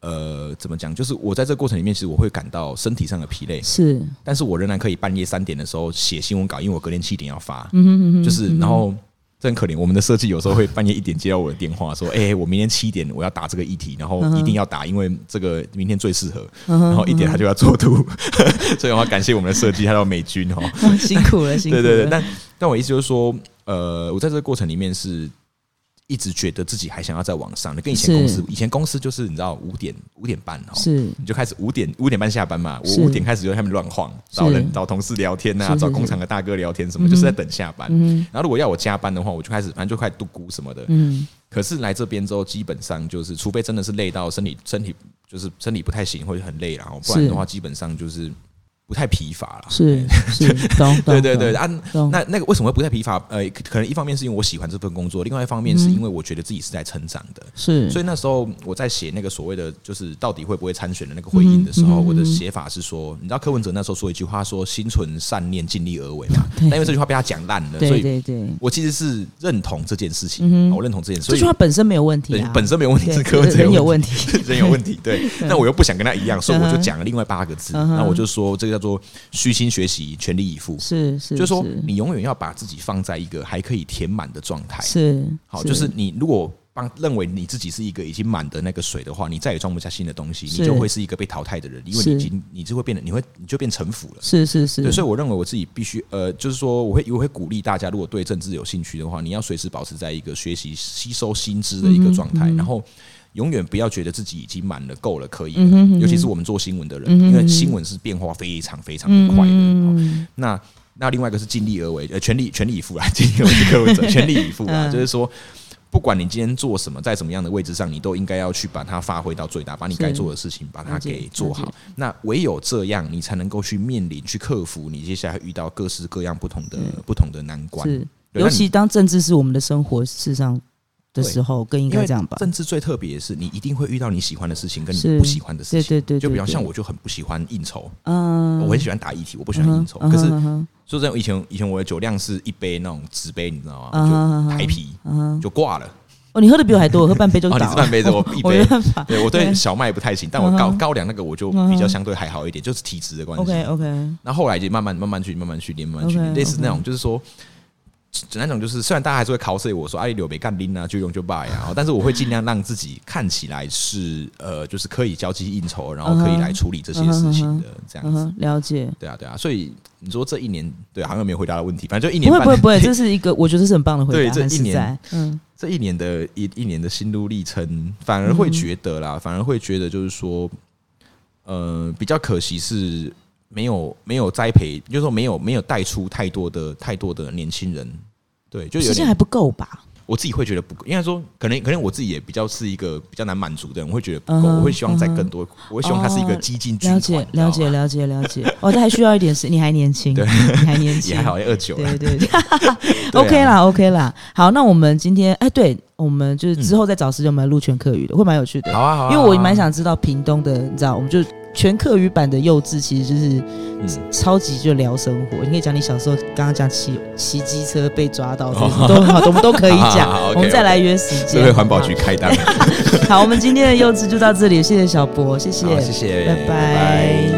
B: 呃怎么讲？就是我在这个过程里面，其实我会感到身体上的疲累，
A: 是，
B: 但是我仍然可以半夜三点的时候写新闻稿，因为我隔天七点要发，
A: 嗯哼嗯哼，
B: 就是
A: 嗯哼
B: 然后。这很可怜，我们的设计有时候会半夜一点接到我的电话，说：“哎、我明天七点我要打这个议题，然后一定要打，因为这个明天最适合。”
A: 嗯哼
B: 然后一点他就要做图， 所以我要感谢我们的设计，还有美 军哦。
A: 哦辛苦了，辛苦了，
B: 对对对，但但我意思就是说，呃，我在这个过程里面是一直觉得自己还想要再往上的，跟以前公司
A: 是，
B: 以前公司就是你知道五点五点半哦。
A: 是
B: 你就开始五点五点半下班嘛，我
A: 是
B: 五点开始就在下面乱晃，
A: 是
B: 找人找同事聊天
A: 是
B: 呐、
A: 是
B: 找
A: 是
B: 工厂的大哥聊天什么，就是在等下班。
A: 嗯
B: 然后如果要我加班的话，我就开始反正就开始度咕什么的，
A: 嗯，
B: 可是来这边之后，基本上就是，除非真的是累到身体身体就是身体不太行，或者很累啦，然哦后不然的话，基本上就是不太疲乏了。
A: 是是， 懂懂，
B: 对对对
A: 懂
B: 啊，
A: 懂
B: 那那个为什么会不太疲乏？呃，可可能一方面是因为我喜欢这份工作，另外一方面
A: 嗯
B: 是因为我觉得自己是在成长的。
A: 是，
B: 所以那时候我在写那个所谓的就是到底会不会参选的那个回应的时
A: 嗯
B: 候，
A: 哼嗯哼
B: 我的写法是说，你知道柯文哲那时候说一句话说“心存善念，尽力而为”嘛？
A: 对
B: 但因为这句话被他讲烂了，所
A: 对
B: 以
A: 对对，
B: 我其实是认同这件事
A: 嗯
B: 情，
A: 哼
B: 哦我认同这件事。
A: 这
B: 所以
A: 句话本身没有问题
B: 对
A: 啊，，
B: 本身没有问题，
A: 对
B: 是柯文哲
A: 人有
B: 问
A: 问题，嗯
B: 题，人有问题， 对。那我又不想跟他一样，所以我就讲了另外八个字，
A: 嗯哼
B: 那我就说这个叫做虚心学习，全力以赴，
A: 是是，
B: 就是说你永远要把自己放在一个还可以填满的状态。
A: 是
B: 好，就是你如果帮认为你自己是一个已经满的那个水的话，你再也装不下新的东西，
A: 是
B: 你就会是一个被淘汰的人，因为
A: 是
B: 你已经你就会变得你会你就变城府了。
A: 是是是，
B: 对，所以我认为我自己必须，呃，就是说，我会我会鼓励大家，如果对政治有兴趣的话，你要随时保持在一个学习、吸收新知的一个状
A: 嗯
B: 态，然后永远不要觉得自己已经满了、够了、可以
A: 嗯
B: 了。尤其是我们做新闻的人，因为新闻是变化非常非常的快
A: 嗯
B: 的。好那
A: 嗯
B: 那另外一个是尽力而为，呃，全力全力以赴啊，尽力而为柯文哲，全力以赴啊，就是说。不管你今天做什么，在什么样的位置上，你都应该要去把它发挥到最大，把你
A: 是
B: 该做的事情把它
A: 了解
B: 给做好
A: 了。
B: 那唯有这样，你才能够去面临、去克服你接下来遇到各式各样不同的、不同的难
A: 嗯
B: 关。
A: 是，
B: 对
A: 尤
B: 那你
A: 其当政治是我们的生活事上的
B: 对
A: 时候，更应
B: 因
A: 该
B: 为
A: 这样吧？
B: 政治最特别的是，你一定会遇到你喜欢的事情跟
A: 是
B: 你不喜欢的事
A: 对
B: 情。
A: 对对，
B: 就比
A: 对
B: 方
A: 对
B: 像我就很不喜欢应酬，
A: 嗯，
B: 我很喜欢打议题，我
A: 不
B: 不喜欢应酬。可是
A: 嗯哼
B: 说真的，以前以前我的酒量是一杯那种纸杯，你知道
A: 嗯哼
B: 吗？
A: 嗯
B: 就
A: 哼
B: 台啤
A: 嗯哼
B: 就挂了。
A: 哦，你喝的比我还多，我喝半杯就 倒
B: 哦，你
A: 了，
B: 是半杯子，我 一
A: 我没
B: 杯。
A: 办法。
B: 对我对小麦不太行，但我高
A: 嗯哼嗯
B: 高粱那个我就比较相对还好一点，就是体质的关系。
A: OK OK，
B: 那后来就慢慢慢慢去慢慢去练，慢慢去
A: OK，
B: 练，类似
A: OK
B: 那种就是说。那种就是，虽然大家还是会 cos 我说，哎、啊，柳北干拎啊，就用就拜啊，但是我会尽量让自己看起来是呃，就是可以交际应酬，然后可以来处理这些事情的这样
A: 嗯
B: 子。
A: 哼，了解。
B: 对啊，对啊，所以你说这一年，对，啊好像没有回答到问题，反正就一
A: 不
B: 年
A: 会
B: 半，
A: 不会不会， 这是一个我觉得是很棒的回
B: 对
A: 答，
B: 这
A: 很
B: 一
A: 实
B: 年
A: 在。嗯，
B: 这一年的一一年的心路历程，反而会觉得
A: 嗯
B: 啦，反而会觉得就是说，呃，比较可惜是没有没有栽培，就是说没有没有带出太多的太多的年轻人，对，就有
A: 时间
B: 点
A: 还不够吧？
B: 我自己会觉得不够，应该说可能可能我自己也比较是一个比较难满足的人，我会觉得不
A: 嗯
B: 够，
A: 哼
B: 我会希望再
A: 嗯哼
B: 更多，我会希望它是一个
A: 哦
B: 激进军
A: 了
B: 团，
A: 解
B: 你知道
A: 了
B: 吗
A: 解，了解了解。哦，这还需要一点时，你还年轻，
B: 对
A: 你还年轻，
B: 也还好，二九啊了，
A: 对对对
B: 啊
A: ，OK 啦，OK 啦。好，那我们今天，哎，对，我们就是
B: 嗯
A: 之后再找时间，我们来录全客语的，会蛮有趣的。
B: 好啊，好啊，
A: 因为我蛮
B: 好啊，
A: 想知道屏东的，你知道，我们就全客语版的幼稚，其实就是
B: 嗯，
A: 超级就聊生活。你可以讲你小时候，刚刚讲骑骑机车被抓到，这种
B: 哦
A: 都很好，我 们都可以讲
B: 好好好。
A: 我们
B: OK，
A: 再来约时
B: 啊这
A: 间。
B: 被环保
A: 好不
B: 局开单，
A: 好。好，我们今天的幼稚就到这里，谢谢小博，谢谢
B: 好，谢谢，
A: 拜拜